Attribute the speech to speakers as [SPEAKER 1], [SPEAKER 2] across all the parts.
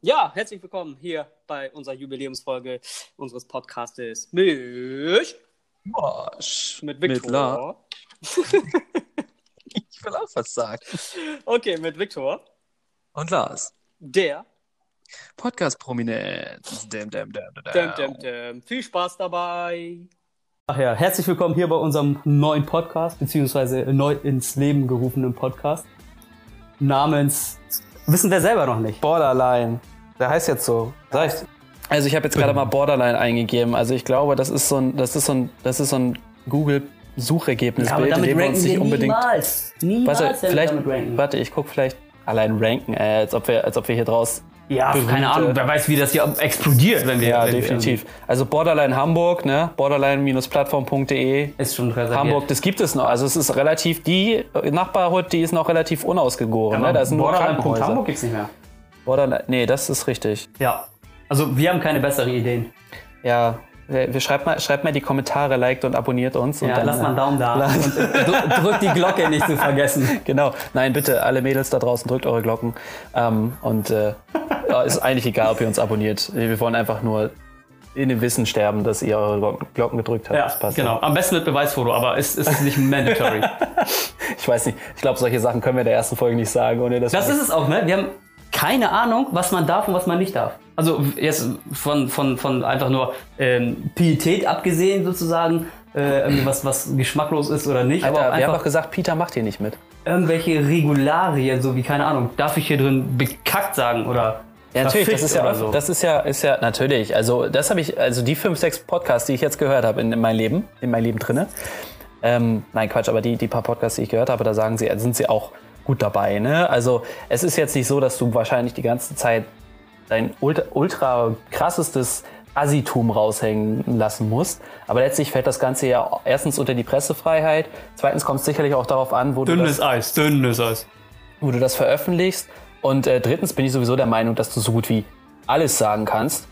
[SPEAKER 1] Ja, herzlich willkommen hier bei unserer Jubiläumsfolge unseres Podcastes mit,
[SPEAKER 2] Bosch.
[SPEAKER 1] mit
[SPEAKER 2] Mit La
[SPEAKER 1] Viktor.
[SPEAKER 2] ich will auch was sagen.
[SPEAKER 1] Okay, mit Viktor,
[SPEAKER 2] Und Lars.
[SPEAKER 1] der.
[SPEAKER 2] Podcast Prominenz. Damn, damn, damn, damn.
[SPEAKER 1] Däm, däm, däm. Viel Spaß dabei.
[SPEAKER 3] Ach ja, herzlich willkommen hier bei unserem neuen Podcast, beziehungsweise neu ins Leben gerufenen Podcast. Namens, wissen wir selber noch nicht.
[SPEAKER 4] Borderline. Der heißt jetzt so. Reicht. Also ich habe jetzt gerade mal Borderline eingegeben. Also ich glaube, das ist so ein, das ist so ein, das ist so ein Google Suchergebnisbild, in dem wir uns nicht unbedingt.
[SPEAKER 3] niemals. Niemals
[SPEAKER 4] Weißt du,
[SPEAKER 3] werden wir
[SPEAKER 4] vielleicht,
[SPEAKER 3] damit ranken.
[SPEAKER 4] warte, ich guck vielleicht allein ranken, äh, als ob wir, als ob wir hier draus.
[SPEAKER 3] Ja, keine
[SPEAKER 4] berühmte-
[SPEAKER 3] Ahnung, wer weiß, wie das hier explodiert, wenn wir...
[SPEAKER 4] Ja,
[SPEAKER 3] wenn wir-
[SPEAKER 4] definitiv. Also Borderline Hamburg, ne? Borderline-plattform.de.
[SPEAKER 3] Ist schon reserviert.
[SPEAKER 4] Hamburg, das gibt es noch. Also es ist relativ, die Nachbarhut, die ist noch relativ unausgegoren.
[SPEAKER 3] Aber
[SPEAKER 4] ne? Da ist nur
[SPEAKER 3] Borderline. Punkt
[SPEAKER 4] Krankenhäuser.
[SPEAKER 3] Hamburg gibt's nicht mehr.
[SPEAKER 4] Borderline, nee, das ist richtig.
[SPEAKER 3] Ja, also wir haben keine besseren Ideen.
[SPEAKER 4] Ja, wir, wir schreibt, mal, schreibt mal die Kommentare, liked und abonniert uns. und
[SPEAKER 3] Ja,
[SPEAKER 4] dann,
[SPEAKER 3] lass mal einen Daumen da und dr- drück die Glocke nicht zu vergessen.
[SPEAKER 4] Genau. Nein, bitte, alle Mädels da draußen, drückt eure Glocken. Ähm, und äh, ja, ist eigentlich egal, ob ihr uns abonniert. Wir wollen einfach nur in dem Wissen sterben, dass ihr eure Glocken- Glocken gedrückt habt.
[SPEAKER 3] Ja,
[SPEAKER 4] Das passt.
[SPEAKER 3] genau. Am besten mit Beweisfoto, aber es ist, nicht mandatory.
[SPEAKER 4] Ich weiß nicht, ich glaube, solche Sachen können wir in der ersten Folge nicht sagen, ohne dass
[SPEAKER 3] Das
[SPEAKER 4] wir-
[SPEAKER 3] ist es auch, ne? Wir haben keine Ahnung, was man darf und was man nicht darf. Also jetzt von, von, von einfach nur ähm, Pietät abgesehen sozusagen, äh, irgendwie was, was geschmacklos ist oder nicht,
[SPEAKER 4] Alter,
[SPEAKER 3] aber auch
[SPEAKER 4] wir haben doch
[SPEAKER 3] einfach
[SPEAKER 4] gesagt, Peter macht hier nicht mit.
[SPEAKER 3] irgendwelche Regularien, so wie keine Ahnung, darf ich hier drin bekackt sagen oder
[SPEAKER 4] Ja, natürlich, das
[SPEAKER 3] verfickt
[SPEAKER 4] ist ja,
[SPEAKER 3] oder
[SPEAKER 4] öff- das ist ja, ist ja, natürlich. Also, das habe ich, also die fünf, sechs Podcasts, die ich jetzt gehört habe in, in meinem Leben, in meinem Leben drinne. Ähm, nein, Quatsch, aber die, die paar Podcasts, die ich gehört habe, da sagen sie, sind sie auch gut dabei, ne? Also, es ist jetzt nicht so, dass du wahrscheinlich die ganze Zeit dein ultra, ultra krassestes Assitum raushängen lassen musst. Aber letztlich fällt das Ganze ja erstens unter die Pressefreiheit. Zweitens kommt es sicherlich auch darauf an, wo du das
[SPEAKER 3] Eis, dünnes Eis.
[SPEAKER 4] wo du das veröffentlichst. Und äh, drittens bin ich sowieso der Meinung, dass du so gut wie alles sagen kannst.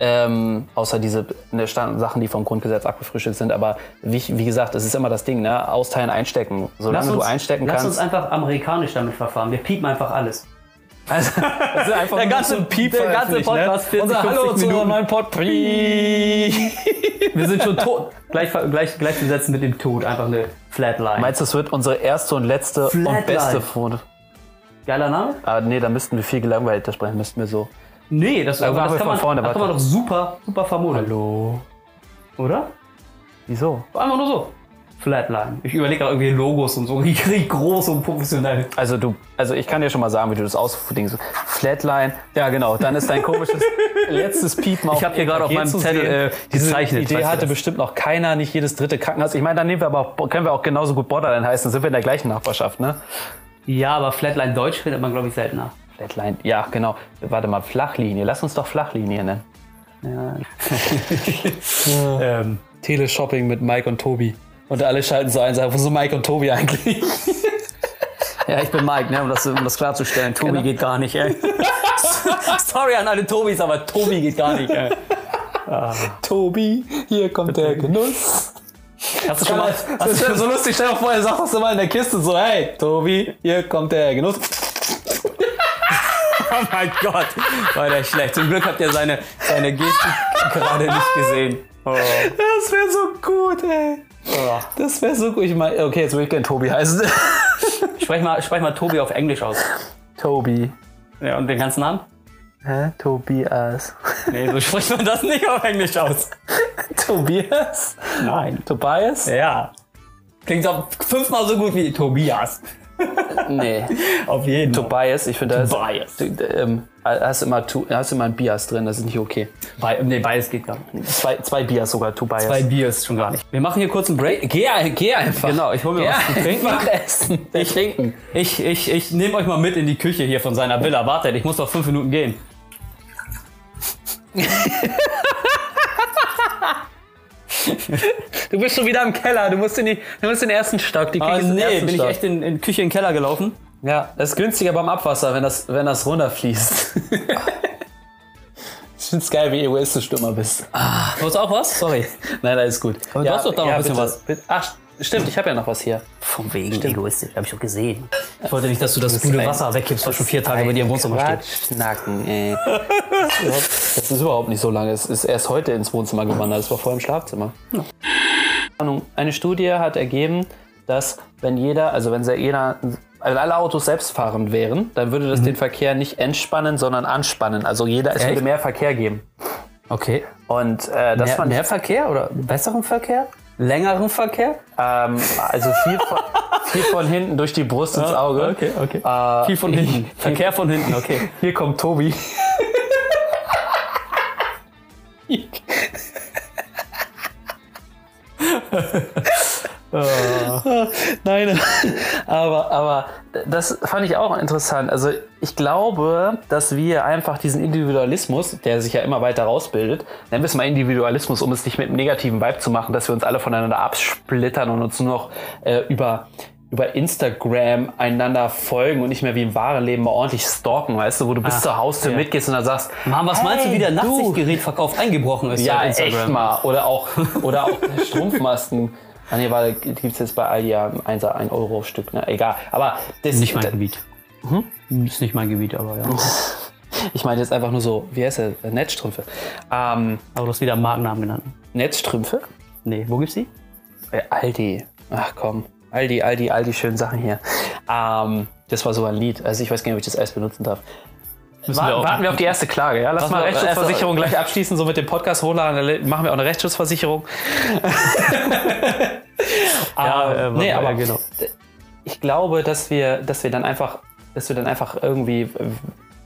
[SPEAKER 4] Ähm, außer diese ne, Stand- Sachen, die vom Grundgesetz abgefrühstückt sind. Aber wie, ich- wie gesagt, es ist immer das Ding, ne? Austeilen, einstecken. Solange du einstecken
[SPEAKER 3] lass uns
[SPEAKER 4] kannst.
[SPEAKER 3] einfach amerikanisch damit verfahren. Wir piepen einfach alles.
[SPEAKER 4] Also, das ist einfach
[SPEAKER 3] Der
[SPEAKER 4] nur
[SPEAKER 3] ganze
[SPEAKER 4] so ein Piep
[SPEAKER 3] der ganze
[SPEAKER 4] veröffentlicht,
[SPEAKER 3] Podcast, 40,
[SPEAKER 4] Unser Hallo
[SPEAKER 3] 50
[SPEAKER 4] zu unserem
[SPEAKER 3] Minuten.
[SPEAKER 4] neuen Pod.
[SPEAKER 3] Wir sind schon tot. gleich, ver- gleich, gleich besetzen mit dem Tod. Einfach eine Flatline.
[SPEAKER 4] Meinst du, es wird unsere erste und letzte
[SPEAKER 3] Flatline.
[SPEAKER 4] und beste Folge?
[SPEAKER 3] Geiler Name?
[SPEAKER 4] Ah, nee, da müssten wir viel gelangweilter sprechen. Müssten wir so.
[SPEAKER 3] Nee, das, aber
[SPEAKER 4] machen
[SPEAKER 3] das,
[SPEAKER 4] wir
[SPEAKER 3] kann
[SPEAKER 4] von
[SPEAKER 3] man,
[SPEAKER 4] vorne,
[SPEAKER 3] das kann man
[SPEAKER 4] warte.
[SPEAKER 3] doch super, super vermodeln. Hallo. Oder?
[SPEAKER 4] Wieso?
[SPEAKER 3] Einfach nur so. Flatline. Ich überlege gerade irgendwie Logos und so. Ich krieg groß und professionell.
[SPEAKER 4] Also du, also ich kann dir schon mal sagen, wie du das ausdingst. Flatline, ja genau, dann ist dein komisches letztes Piepen auf
[SPEAKER 3] Ich hab hier gerade auf
[SPEAKER 4] Papier
[SPEAKER 3] meinem
[SPEAKER 4] zu
[SPEAKER 3] Zettel,
[SPEAKER 4] sehen.
[SPEAKER 3] äh,
[SPEAKER 4] Diese
[SPEAKER 3] gezeichnet,
[SPEAKER 4] Idee
[SPEAKER 3] weißt du
[SPEAKER 4] hatte
[SPEAKER 3] das?
[SPEAKER 4] bestimmt noch keiner, nicht jedes dritte Krankenhaus. Ich meine, dann nehmen wir aber auch, können wir auch genauso gut Borderline heißen, sind wir in der gleichen Nachbarschaft, ne?
[SPEAKER 3] Ja, aber Flatline Deutsch findet man, glaube ich, seltener.
[SPEAKER 4] Flatline, ja genau. Warte mal, Flachlinie, lass uns doch Flachlinie nennen.
[SPEAKER 3] Ähm,
[SPEAKER 4] Teleshopping mit Mike und Tobi. Und alle schalten so ein, sagen, wo sind Mike und Tobi eigentlich?
[SPEAKER 3] ja, ich bin Mike, ne, um, das, um das klarzustellen. Tobi
[SPEAKER 4] Genau.
[SPEAKER 3] geht gar nicht, ey. Sorry an alle Tobis, aber Tobi geht gar nicht, ey. Ah.
[SPEAKER 4] Tobi, hier kommt der Genuss.
[SPEAKER 3] Hast du schon mal.
[SPEAKER 4] Das ist ja so lustig, stell dir vor, er sagt das immer in der Kiste so, hey, Tobi, hier kommt der Genuss.
[SPEAKER 3] Oh mein Gott, war der schlecht. Zum Glück habt ihr seine, seine Gesten gerade nicht gesehen.
[SPEAKER 4] Das wäre so gut, ey.
[SPEAKER 3] Oh.
[SPEAKER 4] Das wäre so gut. Ich meine, okay, jetzt würde ich gerne Tobi heißen.
[SPEAKER 3] Sprech mal, sprech mal Tobi auf Englisch aus.
[SPEAKER 4] Tobi.
[SPEAKER 3] Ja, und den ganzen Namen?
[SPEAKER 4] Hä? Tobias.
[SPEAKER 3] Nee, so spricht man das nicht auf Englisch aus.
[SPEAKER 4] Tobias?
[SPEAKER 3] Nein.
[SPEAKER 4] Tobias?
[SPEAKER 3] Ja. Klingt auch fünfmal so gut wie Tobias.
[SPEAKER 4] Nee.
[SPEAKER 3] Auf jeden Fall.
[SPEAKER 4] Tobias, ich finde, da ist.
[SPEAKER 3] Tobias.
[SPEAKER 4] Ähm, hast du immer, Tu- hast du immer ein Bias drin, das ist nicht okay.
[SPEAKER 3] Bei, nee, beides geht gar nicht.
[SPEAKER 4] Zwei, zwei Bias sogar, Tobias.
[SPEAKER 3] Bei Bier ist schon gar nicht. Wir machen hier kurz einen Break. Geh, geh einfach. Genau, ich hole mir
[SPEAKER 4] ja,
[SPEAKER 3] was zu trinken.
[SPEAKER 4] mach Essen. Ich trinken.
[SPEAKER 3] Ich, ich, ich nehme euch mal mit in die Küche hier von seiner Villa. Wartet, ich muss noch fünf Minuten gehen.
[SPEAKER 4] Du bist schon wieder im Keller, du musst in, die, du musst in den ersten Stock. Die Küche
[SPEAKER 3] Ah,
[SPEAKER 4] ist im
[SPEAKER 3] nee,
[SPEAKER 4] ersten
[SPEAKER 3] bin ich
[SPEAKER 4] Stock.
[SPEAKER 3] echt in, in Küche in den Keller gelaufen.
[SPEAKER 4] Ja, das ist günstiger beim Abwasser, wenn das, wenn das runterfließt. ich find's geil, wie egoistisch du immer bist.
[SPEAKER 3] Du hast auch was? Sorry.
[SPEAKER 4] Ah. Nein, alles gut.
[SPEAKER 3] du hast doch da noch ein bisschen
[SPEAKER 4] bitte,
[SPEAKER 3] was.
[SPEAKER 4] Bitte. Ach, stimmt, ich habe ja noch was hier.
[SPEAKER 5] Von wegen egoistisch, habe ich doch gesehen. Ich wollte nicht, dass du das gute Wasser wegkippst, was schon vier Tage bei dir im Wohnzimmer steht.
[SPEAKER 4] Schnacken, ey. das ist überhaupt nicht so lange. Es ist erst heute ins Wohnzimmer gewandert. Es war vorher im Schlafzimmer. Ahnung. Eine Studie hat ergeben, dass wenn jeder, also wenn sehr jeder, also alle Autos selbstfahrend wären, dann würde das den Verkehr nicht entspannen, sondern anspannen. Also jeder, es
[SPEAKER 5] Mhm. Echt?
[SPEAKER 4] würde mehr Verkehr geben.
[SPEAKER 5] Okay.
[SPEAKER 4] Und äh, das fand ich
[SPEAKER 5] Verkehr oder besseren Verkehr? Längeren Verkehr?
[SPEAKER 4] Ähm, also viel von, viel von hinten durch die Brust ins Auge.
[SPEAKER 5] Okay, okay.
[SPEAKER 4] Äh,
[SPEAKER 5] Viel von hinten. Verkehr von hinten, okay.
[SPEAKER 4] Hier kommt Tobi. Nein, aber, aber das fand ich auch interessant. Also ich glaube, dass wir einfach diesen Individualismus, der sich ja immer weiter rausbildet, nennen wir es mal Individualismus, um es nicht mit einem negativen Vibe zu machen, dass wir uns alle voneinander absplittern und uns nur noch äh, über, über Instagram einander folgen und nicht mehr wie im wahren Leben mal ordentlich stalken, weißt du, wo du bis zur Haustür mitgehst und dann sagst,
[SPEAKER 5] Ah, Mann, was meinst du, wie der
[SPEAKER 4] Hey,
[SPEAKER 5] Nachtsichtgerät verkauft eingebrochen ist?
[SPEAKER 4] ja,
[SPEAKER 5] seit
[SPEAKER 4] echt mal. Oder auch, oder auch Strumpfmasken. Ah, nee, warte, die gibt's jetzt bei Aldi 1 ein Euro Stück, ne? Egal. Aber das
[SPEAKER 5] Nicht mein Gebiet.
[SPEAKER 3] Hm?
[SPEAKER 5] Ist nicht mein Gebiet, aber ja.
[SPEAKER 4] Ich meine jetzt einfach nur so, wie heißt der? Netzstrümpfe. Ähm,
[SPEAKER 5] Aber du hast wieder einen Markennamen genannt.
[SPEAKER 4] Netzstrümpfe?
[SPEAKER 5] Nee, wo gibt's die?
[SPEAKER 4] Bei Äh, Aldi. Ach komm. Aldi, Aldi, Aldi, schöne Sachen hier. Ähm, das war so ein Lied. Also ich weiß gar nicht, ob ich das alles benutzen darf. Wa-
[SPEAKER 5] wir auch-
[SPEAKER 4] warten wir auf die erste Klage, ja? Lass
[SPEAKER 5] Warten
[SPEAKER 4] mal
[SPEAKER 5] wir auf-
[SPEAKER 4] Rechtsschutzversicherung gleich abschließen, so mit dem Podcast Roland, dann le- machen wir auch eine Rechtsschutzversicherung. aber,
[SPEAKER 5] äh,
[SPEAKER 4] Ähm, nee,
[SPEAKER 5] ja,
[SPEAKER 4] aber
[SPEAKER 5] genau.
[SPEAKER 4] d- ich glaube, dass wir, dass wir dann einfach, dass wir dann einfach irgendwie äh,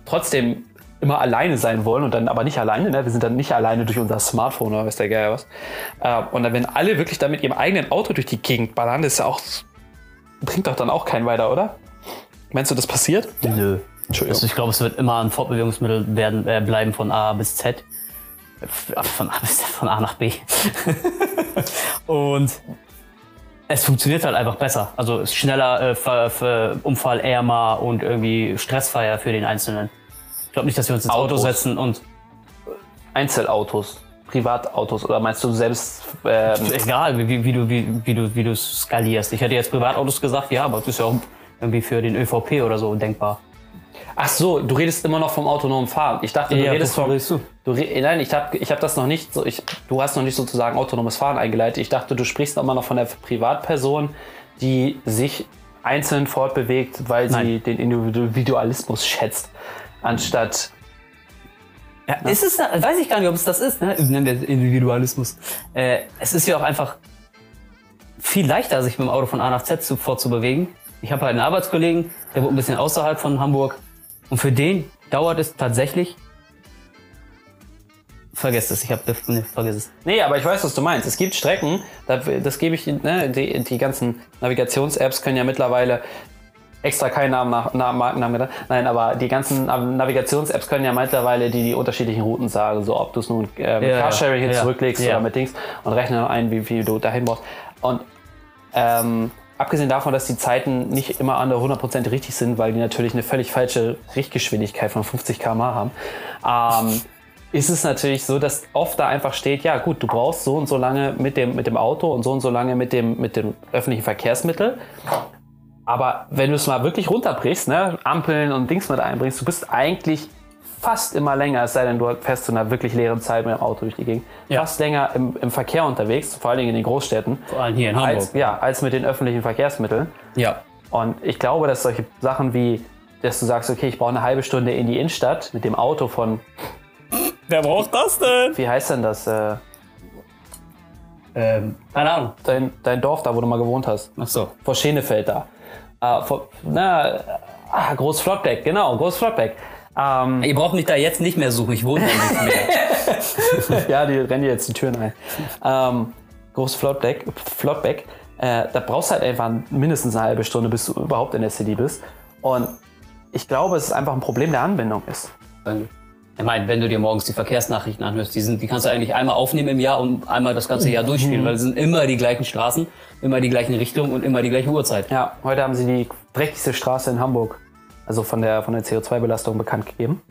[SPEAKER 4] trotzdem immer alleine sein wollen und dann aber nicht alleine, ne? Wir sind dann nicht alleine durch unser Smartphone oder weiß der Geier was. Äh, und dann, wenn alle wirklich dann mit ihrem eigenen Auto durch die Gegend ballern, das ist ja auch, bringt doch dann auch keinen weiter, oder? Meinst du, das passiert?
[SPEAKER 5] Nö.
[SPEAKER 4] Entschuldigung.
[SPEAKER 5] Also ich glaube, es wird immer ein Fortbewegungsmittel werden, äh, bleiben von A bis Z. F- Von A, bis, von A nach B. Und es funktioniert halt einfach besser. Also es ist schneller, äh, ver, ver, unfallärmer und irgendwie stressfreier für den Einzelnen. Ich glaube nicht, dass wir uns ins Auto
[SPEAKER 4] Autos.
[SPEAKER 5] setzen und
[SPEAKER 4] Einzelautos, Privatautos oder meinst du selbst? Ähm,
[SPEAKER 5] egal, wie, wie du wie, wie du wie du es skalierst. Ich hätte jetzt Privatautos gesagt, ja, aber das ist ja auch irgendwie für den ÖVP oder so denkbar.
[SPEAKER 4] ach so, du redest immer noch vom autonomen Fahren. Ich dachte, du
[SPEAKER 5] Ja,
[SPEAKER 4] redest
[SPEAKER 5] wovon
[SPEAKER 4] vom.
[SPEAKER 5] redest du?
[SPEAKER 4] du re nein, ich habe ich hab das noch nicht so. Ich, du hast noch nicht sozusagen autonomes Fahren eingeleitet. Ich dachte, du sprichst immer noch von der Privatperson, die sich einzeln fortbewegt, weil sie
[SPEAKER 5] Nein.
[SPEAKER 4] den Individualismus schätzt, anstatt
[SPEAKER 5] Ja, ist es, weiß ich gar nicht, ob es das ist, ne? Nennen wir es Individualismus. Äh, es ist ja auch einfach viel leichter, sich mit dem Auto von A nach Z zu, vorzubewegen. Ich habe halt einen Arbeitskollegen, der wohnt ein bisschen außerhalb von Hamburg. Und für den dauert es tatsächlich. Vergesst es, ich habe. Ne, vergiss es.
[SPEAKER 4] Nee, aber ich weiß, was du meinst. Es gibt Strecken, da- das gebe ich, ne, die, die ganzen Navigations-Apps können ja mittlerweile extra keinen Namen nach, Namen, Markennamen gedacht. Nein, aber die ganzen Nav- Navigations-Apps können ja mittlerweile die, die unterschiedlichen Routen sagen, so ob du es nun ähm,
[SPEAKER 5] Ja,
[SPEAKER 4] Carsharing hier
[SPEAKER 5] ja,
[SPEAKER 4] zurücklegst
[SPEAKER 5] ja.
[SPEAKER 4] oder mit Dings und rechnen ein, wie viel du dahin brauchst. Und ähm, abgesehen davon, dass die Zeiten nicht immer an der 100% richtig sind, weil die natürlich eine völlig falsche Richtgeschwindigkeit von 50 km/h haben, ähm, ist es natürlich so, dass oft da einfach steht, ja gut, du brauchst so und so lange mit dem, mit dem Auto und so und so lange mit dem, mit dem öffentlichen Verkehrsmittel. Aber wenn du es mal wirklich runterbrichst, ne, Ampeln und Dings mit einbringst, du bist eigentlich fast immer länger, es sei denn, du fährst zu einer wirklich leeren Zeit mit dem Auto durch die Gegend, fast länger im, im Verkehr unterwegs, vor allen Dingen in den Großstädten,
[SPEAKER 5] Vor allem hier in Hamburg.
[SPEAKER 4] als, ja, als mit den öffentlichen Verkehrsmitteln.
[SPEAKER 5] ja.
[SPEAKER 4] Und ich glaube, dass solche Sachen wie, dass du sagst, okay, ich brauche eine halbe Stunde in die Innenstadt mit dem Auto von,
[SPEAKER 5] Wer braucht das denn?
[SPEAKER 4] wie heißt denn das, äh,
[SPEAKER 5] Ähm, keine Ahnung.
[SPEAKER 4] dein, dein Dorf da, wo du mal gewohnt hast,
[SPEAKER 5] Ach so.
[SPEAKER 4] vor Schenefeld da. Äh, vor, na, äh, ah, Groß Flottbeck, genau, Groß Flottbeck. Ähm,
[SPEAKER 5] Ihr braucht mich da jetzt nicht mehr suchen, ich wohne hier nicht mehr.
[SPEAKER 4] ja, die rennen dir jetzt die Türen ein. Ähm, groß Flottback, Flottback äh, da brauchst du halt einfach mindestens eine halbe Stunde, bis du überhaupt in der City bist. Und ich glaube, es ist einfach ein Problem der Anbindung ist.
[SPEAKER 5] Ich meine, wenn du dir morgens die Verkehrsnachrichten anhörst, die, sind, die kannst du eigentlich einmal aufnehmen im Jahr und einmal das ganze Jahr durchspielen, weil es sind immer die gleichen Straßen, immer die gleichen Richtungen und immer die gleiche Uhrzeit.
[SPEAKER 4] Ja, heute haben sie die dreckigste Straße in Hamburg, also von der, von der CO2-Belastung bekannt gegeben.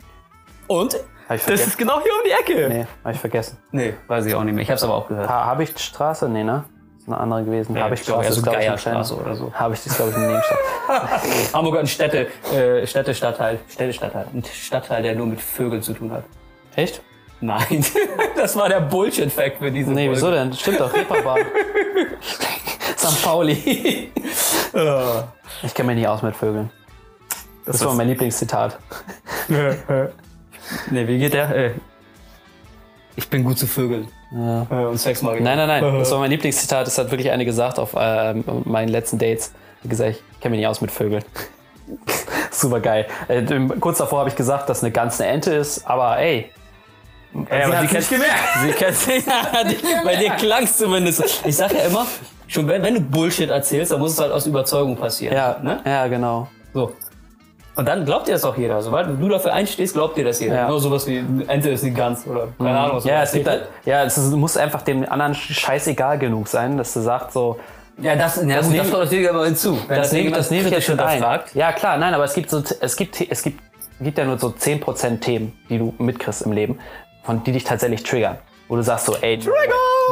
[SPEAKER 5] Und?
[SPEAKER 4] Habe ich
[SPEAKER 5] Das
[SPEAKER 4] vergessen.
[SPEAKER 5] ist genau hier um die Ecke.
[SPEAKER 4] Nee, habe ich vergessen.
[SPEAKER 5] Nee, weiß ich auch nicht mehr. Ich hab's aber auch gehört.
[SPEAKER 4] Ha Habichtstraße? Nee, ne? eine andere gewesen. Habe ich, glaube ich, das ist,
[SPEAKER 5] also
[SPEAKER 4] glaub ich, ein
[SPEAKER 5] Geierstraße
[SPEAKER 4] kleiner-
[SPEAKER 5] oder so.
[SPEAKER 4] Habe ich das, glaube ich, in Nebenstadt.
[SPEAKER 5] Hamburger und Städte, äh, Städte, Stadtteil, Städte, Stadtteil. Ein Stadtteil, der nur mit Vögeln zu tun hat.
[SPEAKER 4] Echt?
[SPEAKER 5] Nein, das war der Bullshit-Fact für diese
[SPEAKER 4] Nee,
[SPEAKER 5] Folge.
[SPEAKER 4] wieso denn? Stimmt doch, Reeperbahn. St. Pauli. ich kenne mich nicht aus mit Vögeln. Das, war mein Lieblingszitat.
[SPEAKER 5] Nee, wie geht der? Äh, ich bin gut zu Vögeln. Äh, und Sex mag ich.
[SPEAKER 4] Nein, nein, nein. Das war mein Lieblingszitat. Das hat wirklich eine gesagt auf ähm, meinen letzten Dates. Wie gesagt, ich kenne mich nicht aus mit Vögeln. Super geil. Äh, dem- kurz davor habe ich gesagt, dass eine ganze Ente ist, aber ey.
[SPEAKER 5] Ey, aber sie kennt's gemerkt.
[SPEAKER 4] Sie kennt
[SPEAKER 5] Bei dir klang's zumindest. Ich sag ja immer, schon wenn, wenn du Bullshit erzählst, dann muss es halt aus Überzeugung passieren.
[SPEAKER 4] Ja,
[SPEAKER 5] Ne?
[SPEAKER 4] ja, genau.
[SPEAKER 5] So. Und dann glaubt dir das auch jeder. Sobald du dafür einstehst, glaubt dir das jeder.
[SPEAKER 4] Ja.
[SPEAKER 5] Nur sowas wie Ente ist eine Gans oder keine Ahnung. was
[SPEAKER 4] Ja,
[SPEAKER 5] man
[SPEAKER 4] es, gibt
[SPEAKER 5] erzählt.
[SPEAKER 4] halt, ja es ist, muss einfach dem anderen scheißegal genug sein, dass du sagst so,
[SPEAKER 5] ja, das, ja, das,
[SPEAKER 4] nehme-
[SPEAKER 5] das kommt natürlich aber hinzu. Wenn
[SPEAKER 4] das nehme,
[SPEAKER 5] jemand
[SPEAKER 4] das nehme ich
[SPEAKER 5] kritisch
[SPEAKER 4] jetzt mit ein.
[SPEAKER 5] hinterfragt,
[SPEAKER 4] Ja, klar, nein, aber es gibt so, es gibt, es gibt, gibt ja nur so 10% Themen, die du mitkriegst im Leben, von die dich tatsächlich triggern. Wo du sagst so, ey, Trigger!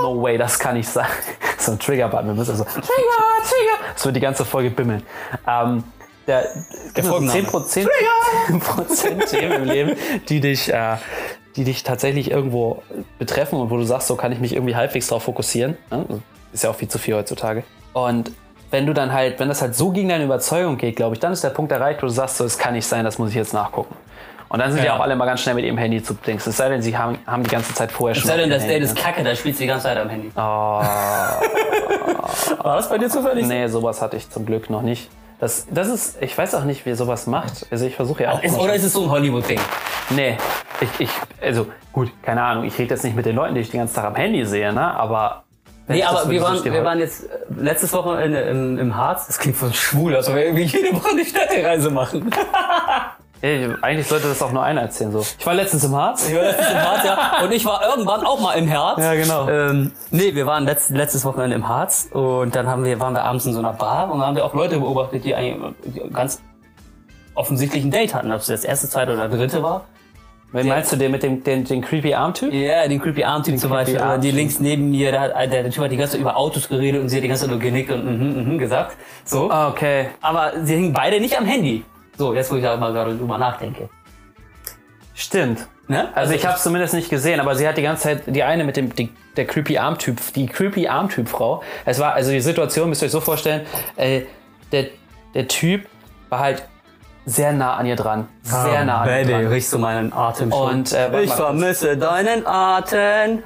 [SPEAKER 4] no way, das kann nicht sein. So ein Trigger-Button, wir müssen so, Trigger, Trigger! Das wird die ganze Folge bimmeln. Ähm, der, es gibt nur so
[SPEAKER 5] Folgenname.
[SPEAKER 4] 10%, 10% Themen im Leben, die dich, äh, die dich tatsächlich irgendwo betreffen und wo du sagst, so kann ich mich irgendwie halbwegs drauf fokussieren. Ne? Ist ja auch viel zu viel heutzutage. Und wenn du dann halt, wenn das halt so gegen deine Überzeugung geht, glaube ich, dann ist der Punkt erreicht, wo du sagst, so, es kann nicht sein, das muss ich jetzt nachgucken. Und dann sind ja,
[SPEAKER 5] Ja.
[SPEAKER 4] auch alle mal ganz schnell mit ihrem Handy zu Dings. Es sei denn, sie haben, haben die ganze Zeit vorher schon.
[SPEAKER 5] Es sei
[SPEAKER 4] auf
[SPEAKER 5] denn,
[SPEAKER 4] ihrem
[SPEAKER 5] das
[SPEAKER 4] Handy, ne?
[SPEAKER 5] Date ist kacke, da spielst du die ganze Zeit am Handy.
[SPEAKER 4] War das bei dir zufällig? Oh, Nee, sowas hatte ich zum Glück noch nicht. Das, das ist, ich weiß auch nicht, wie sowas macht. Also ich versuche ja auch.
[SPEAKER 5] Ist,
[SPEAKER 4] immer
[SPEAKER 5] oder
[SPEAKER 4] schon-
[SPEAKER 5] ist es so ein Hollywood-Ding?
[SPEAKER 4] Nee, ich, ich, also gut, keine Ahnung, ich rede jetzt nicht mit den Leuten, die ich den ganzen Tag am Handy sehe, ne? Aber. wenn
[SPEAKER 5] Nee,
[SPEAKER 4] ich das
[SPEAKER 5] aber wir
[SPEAKER 4] wirklich
[SPEAKER 5] waren,
[SPEAKER 4] verstehe,
[SPEAKER 5] wir waren jetzt äh, letztes Wochenende im, im Harz. Das klingt voll schwul, als ob wir irgendwie jede Woche eine Städtereise machen.
[SPEAKER 4] Ey, eigentlich sollte das auch nur einer erzählen. So. Ich war letztens im Harz.
[SPEAKER 5] Ich war letztens im Harz, ja. Und ich war irgendwann auch mal im Harz.
[SPEAKER 4] Ja, genau.
[SPEAKER 5] Ähm, nee, wir waren letzt, letztes Wochenende im Harz und dann haben wir, waren wir abends in so einer Bar und haben wir auch Leute beobachtet, die eigentlich die ganz offensichtlich ein Date hatten, ob es das erste, zweite oder dritte war.
[SPEAKER 4] Wen meinst du den mit dem den, den creepy Armtyp?
[SPEAKER 5] Ja, den creepy Arm-Typ zum Beispiel.
[SPEAKER 4] Arm-Typ.
[SPEAKER 5] Oder die links neben mir, der, hat, der, der Typ hat die ganze Zeit über Autos geredet und sie hat die ganze Zeit nur genickt und mhm, mhm gesagt. So.
[SPEAKER 4] Ah, Okay.
[SPEAKER 5] Aber sie hingen beide nicht am Handy. So, jetzt wo ich da mal gerade drüber nachdenke.
[SPEAKER 4] Stimmt.
[SPEAKER 5] Ne?
[SPEAKER 4] Also ich habe es zumindest nicht gesehen, aber sie hat die ganze Zeit die eine mit dem die, der creepy Armtyp, die creepy Armtyp-Frau. Es war also die Situation müsst ihr euch so vorstellen. Äh, der, der Typ war halt sehr nah an ihr dran,
[SPEAKER 5] Ah,
[SPEAKER 4] sehr nah an ihr dran.
[SPEAKER 5] Baby, riechst du meinen Atem schon.
[SPEAKER 4] Und, äh, warte
[SPEAKER 5] ich
[SPEAKER 4] mal.
[SPEAKER 5] vermisse deinen Atem.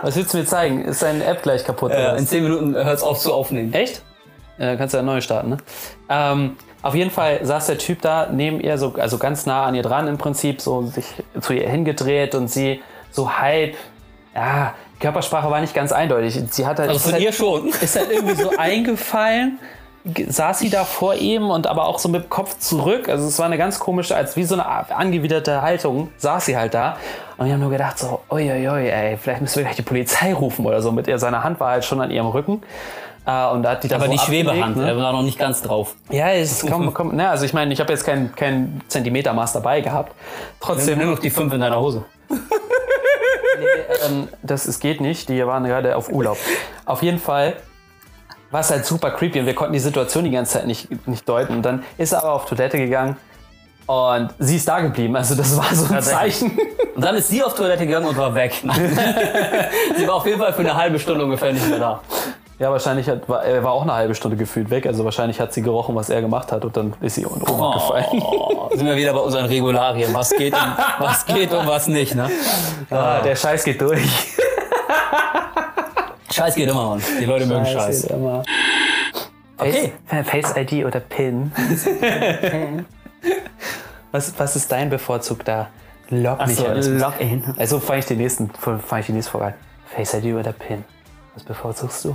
[SPEAKER 4] Was willst du mir zeigen? Ist deine App gleich kaputt? oder
[SPEAKER 5] Äh,
[SPEAKER 4] was?
[SPEAKER 5] in 10 Minuten hört's auf zu aufnehmen.
[SPEAKER 4] Echt? Ja, dann kannst du ja neu starten, ne? Ähm, auf jeden Fall saß der Typ da neben ihr, so, also ganz nah an ihr dran im Prinzip, so sich zu ihr hingedreht und sie so halb, ja, Körpersprache war nicht ganz eindeutig. Sie hat halt, ist halt,
[SPEAKER 5] Also schon.
[SPEAKER 4] ist halt irgendwie so eingefallen, ge- saß sie da vor ihm und aber auch so mit dem Kopf zurück. Also es war eine ganz komische, als wie so eine a- angewiderte Haltung, saß sie halt da. Und ich habe nur gedacht so, uiuiui, ey, vielleicht müssen wir gleich die Polizei rufen oder so. Mit ihr, seine Hand war halt schon an ihrem Rücken. Äh, und da hat die dann
[SPEAKER 5] Aber äh,
[SPEAKER 4] so
[SPEAKER 5] die
[SPEAKER 4] abgelegt,
[SPEAKER 5] Schwebehand,
[SPEAKER 4] ne?
[SPEAKER 5] er war noch nicht ganz drauf.
[SPEAKER 4] Ja, es kommt, kommt, ne, also ich meine, ich habe jetzt kein, kein Zentimetermaß dabei gehabt. Trotzdem,
[SPEAKER 5] nur noch die 5 in deiner Hose.
[SPEAKER 4] ähm, das es geht nicht, die waren gerade auf Urlaub. Auf jeden Fall war es halt super creepy und wir konnten die Situation die ganze Zeit nicht, nicht deuten. Und dann ist er aber auf Toilette gegangen und sie ist da geblieben. Also das war so ein
[SPEAKER 5] Tatsächlich.
[SPEAKER 4] Zeichen.
[SPEAKER 5] Und dann ist sie auf Toilette gegangen und war weg. sie war auf jeden Fall für eine halbe Stunde ungefähr nicht mehr da.
[SPEAKER 4] Ja, wahrscheinlich hat, war, er war auch eine halbe Stunde gefühlt weg. Also wahrscheinlich hat sie gerochen, was er gemacht hat und dann ist sie unten oben gefallen.
[SPEAKER 5] Oh, sind wir wieder bei unseren Regularien. Was geht und was, geht und was nicht, ne?
[SPEAKER 4] Ah, der Scheiß geht durch.
[SPEAKER 5] Scheiß geht immer, Mann. Die Leute mögen Scheiß.
[SPEAKER 4] geht immer.
[SPEAKER 5] Okay.
[SPEAKER 4] Face, äh, Face ID oder PIN? was, was ist dein bevorzugter Log-Mechanismus?
[SPEAKER 5] Login.
[SPEAKER 4] Also fange ich den nächsten, fange ich die nächste Frage an. Face ID oder PIN? Was bevorzugst du?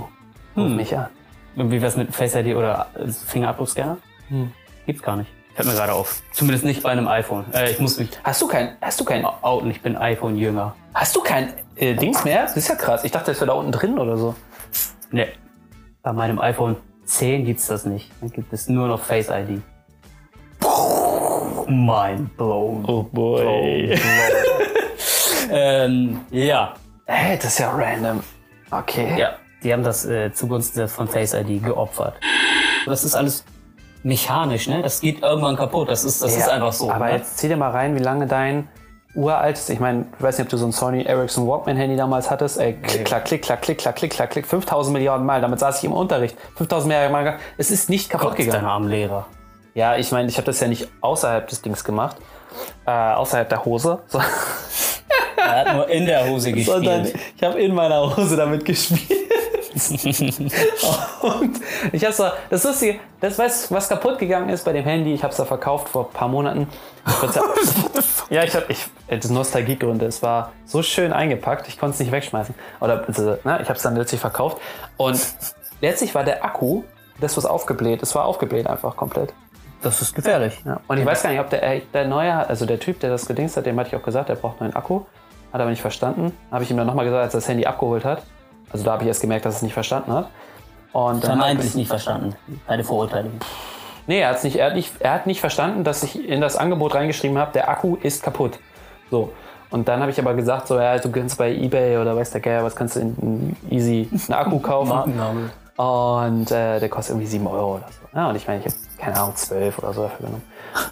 [SPEAKER 4] Ruf mich an.
[SPEAKER 5] Und wie wär's mit Face ID oder äh, Fingerabdruckscanner? Gibt's gar nicht. Fällt mir gerade auf. Zumindest nicht bei einem iPhone. Äh, ich muss mich
[SPEAKER 4] Hast du kein, hast du kein,
[SPEAKER 5] outen, ich bin iPhone-Jünger.
[SPEAKER 4] hast du kein äh, Dings mehr? Das ist ja krass. Ich dachte, das wäre da unten drin oder so.
[SPEAKER 5] Nee. Bei meinem iPhone 10 gibt's das nicht. Dann gibt es nur noch Face ID. Mind blown.
[SPEAKER 4] Oh boy.
[SPEAKER 5] Ähm, ja. Ähm,
[SPEAKER 4] Hey, das ist ja random. Okay.
[SPEAKER 5] Ja. Die haben das äh, zugunsten von Face ID geopfert. Das ist alles mechanisch, ne? Das geht irgendwann kaputt. Das ist, das
[SPEAKER 4] Ja,
[SPEAKER 5] ist einfach so.
[SPEAKER 4] Aber
[SPEAKER 5] ne?
[SPEAKER 4] jetzt zieh dir mal rein, wie lange dein uraltes, ich meine, ich weiß nicht, ob du so ein Sony Ericsson Walkman Handy damals hattest, ey, klick, klack, klick, klack, klick, klack, klick, klack, klick, 5000 Milliarden Mal, damit saß ich im Unterricht, 5000 Milliarden Mal, es ist nicht kaputt
[SPEAKER 5] Gott,
[SPEAKER 4] gegangen.
[SPEAKER 5] deine armen Lehrer.
[SPEAKER 4] Ja, ich meine, ich habe das ja nicht außerhalb des Dings gemacht, äh, außerhalb der Hose, so-
[SPEAKER 5] Er hat nur in der Hose
[SPEAKER 4] sondern
[SPEAKER 5] gespielt.
[SPEAKER 4] ich habe in meiner Hose damit gespielt. Und ich hab's da, das Lustige, das weiß, was kaputt gegangen ist bei dem Handy, ich hab's da verkauft vor ein paar Monaten. Ich würd's ja- ja, ich hab, ich, äh, das sind Nostalgiegründe, es war so schön eingepackt, ich konnte es nicht wegschmeißen. Oder, also, ne, ich hab's dann letztlich verkauft. Und letztlich war der Akku, das was aufgebläht, es war aufgebläht einfach komplett.
[SPEAKER 5] Das ist gefährlich.
[SPEAKER 4] Ja. Und ich weiß gar nicht, ob der, äh, der neue, hat- also der Typ, der das gedingst hat, dem hatte ich auch gesagt, er braucht einen neuen Akku. Hat aber nicht verstanden. Habe ich ihm dann nochmal gesagt, als er das Handy abgeholt hat. Also da habe ich erst gemerkt, dass er es nicht verstanden hat. Und dann hab
[SPEAKER 5] Vermeintlich nicht verstanden. Eine Verurteilung.
[SPEAKER 4] Nee, er, hat's nicht, er, hat nicht, er hat nicht verstanden, dass ich in das Angebot reingeschrieben habe, der Akku ist kaputt. So. Und dann habe ich aber gesagt, so, ja, du kannst bei Ebay oder weiß der Geier, was kannst du in, in easy einen Akku kaufen.
[SPEAKER 5] Markenname.
[SPEAKER 4] Und äh, der kostet irgendwie 7 Euro oder so. Ja, und ich meine, ich habe, keine Ahnung, 12 oder so dafür genommen.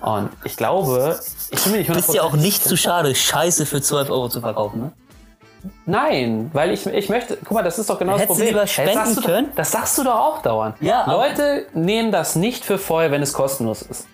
[SPEAKER 4] Und ich glaube, ich bin mir nicht 100%
[SPEAKER 5] Ist ja auch nicht zu schade, Scheiße für 12 Euro zu verkaufen, ne?
[SPEAKER 4] Nein, weil ich, ich möchte, guck mal, das ist doch genau das
[SPEAKER 5] Hättest du
[SPEAKER 4] Problem.
[SPEAKER 5] lieber
[SPEAKER 4] Das
[SPEAKER 5] spenden
[SPEAKER 4] sagst du, doch-
[SPEAKER 5] können?
[SPEAKER 4] Das sagst du doch auch dauernd.
[SPEAKER 5] Ja, aber-
[SPEAKER 4] Leute nehmen das nicht für voll, wenn es kostenlos ist.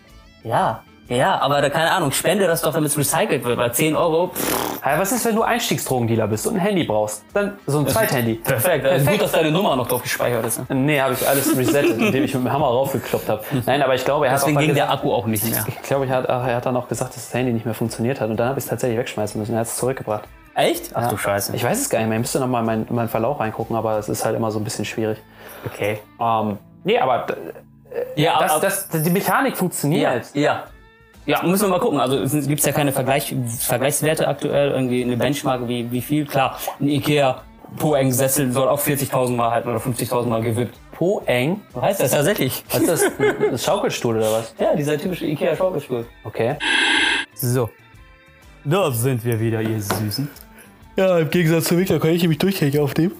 [SPEAKER 5] Ja. Ja, aber da, keine Ahnung, spende das doch, damit es recycelt wird. Bei 10 Euro, pff,
[SPEAKER 4] Aber was ist, wenn du Einstiegsdrogendealer bist und ein Handy brauchst? Dann so ein Zweithandy.
[SPEAKER 5] perfekt. Also Gut, dass deine Nummer noch drauf gespeichert ist. Ne?
[SPEAKER 4] Nee, habe ich alles resettet, indem ich mit dem Hammer raufgekloppt habe. Nein, aber ich glaube, er hat
[SPEAKER 5] Deswegen
[SPEAKER 4] auch mal
[SPEAKER 5] ging
[SPEAKER 4] gesagt,
[SPEAKER 5] der Akku auch nicht mehr.
[SPEAKER 4] ich glaube, er hat, ach, er hat dann auch gesagt, dass das Handy nicht mehr funktioniert hat. Und dann habe ich es tatsächlich wegschmeißen müssen. Er hat es zurückgebracht.
[SPEAKER 5] Echt? Ach du Scheiße.
[SPEAKER 4] Ich weiß es gar nicht mehr. Ich müsste nochmal in meinen, meinen Verlauf reingucken, aber es ist halt immer so ein bisschen schwierig.
[SPEAKER 5] okay.
[SPEAKER 4] Ähm, nee, aber d-
[SPEAKER 5] Ja,
[SPEAKER 4] das,
[SPEAKER 5] aber-
[SPEAKER 4] das, die Mechanik
[SPEAKER 5] ja,
[SPEAKER 4] funktioniert.
[SPEAKER 5] ja. Ja, müssen wir mal gucken. Also es gibt ja keine Vergleich, Vergleichswerte aktuell, irgendwie eine Benchmark, wie, wie viel. Klar, ein Ikea Poeng-Sessel soll auch 40.000 Mal halten oder 50.000 Mal gewippt.
[SPEAKER 4] Poeng?
[SPEAKER 5] So heißt das tatsächlich.
[SPEAKER 4] Was ist das? Ein Schaukelstuhl oder was?
[SPEAKER 5] Ja, dieser typische Ikea-Schaukelstuhl.
[SPEAKER 4] Okay.
[SPEAKER 5] So. Da sind wir wieder, ihr Süßen.
[SPEAKER 4] Ja, im Gegensatz zu Victor kann ich mich durchhängen auf dem.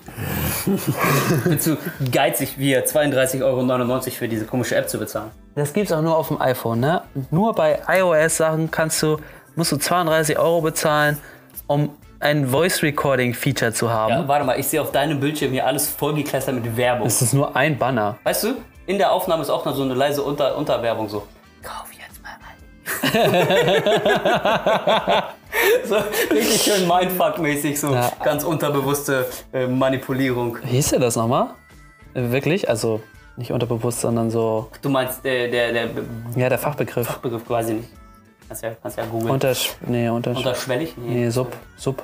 [SPEAKER 5] Bin zu geizig, wir 32,99 Euro für diese komische App zu bezahlen.
[SPEAKER 4] Das gibt's auch nur auf dem iPhone, ne? Nur bei iOS-Sachen kannst du, musst du 32 Euro bezahlen, um ein Voice-Recording-Feature zu haben.
[SPEAKER 5] Ja, warte mal, ich sehe auf deinem Bildschirm hier alles vollgekleistert mit Werbung.
[SPEAKER 4] Das ist nur ein Banner.
[SPEAKER 5] Weißt du, in der Aufnahme ist auch noch so eine leise Unter Unterwerbung so. Kauf jetzt mal ein. so richtig schön Mindfuck-mäßig, so
[SPEAKER 4] Ja.
[SPEAKER 5] ganz unterbewusste äh, Manipulierung.
[SPEAKER 4] Wie hieß denn das nochmal? Äh, Wirklich? Also nicht unterbewusst, sondern so.
[SPEAKER 5] Du meinst äh, der, der Be-
[SPEAKER 4] Ja, der Fachbegriff.
[SPEAKER 5] Begriff quasi nicht. Kannst ja, kannst ja googeln.
[SPEAKER 4] Untersch. Nee, untersch.
[SPEAKER 5] Unterschwellig?
[SPEAKER 4] nee, sub. Sub.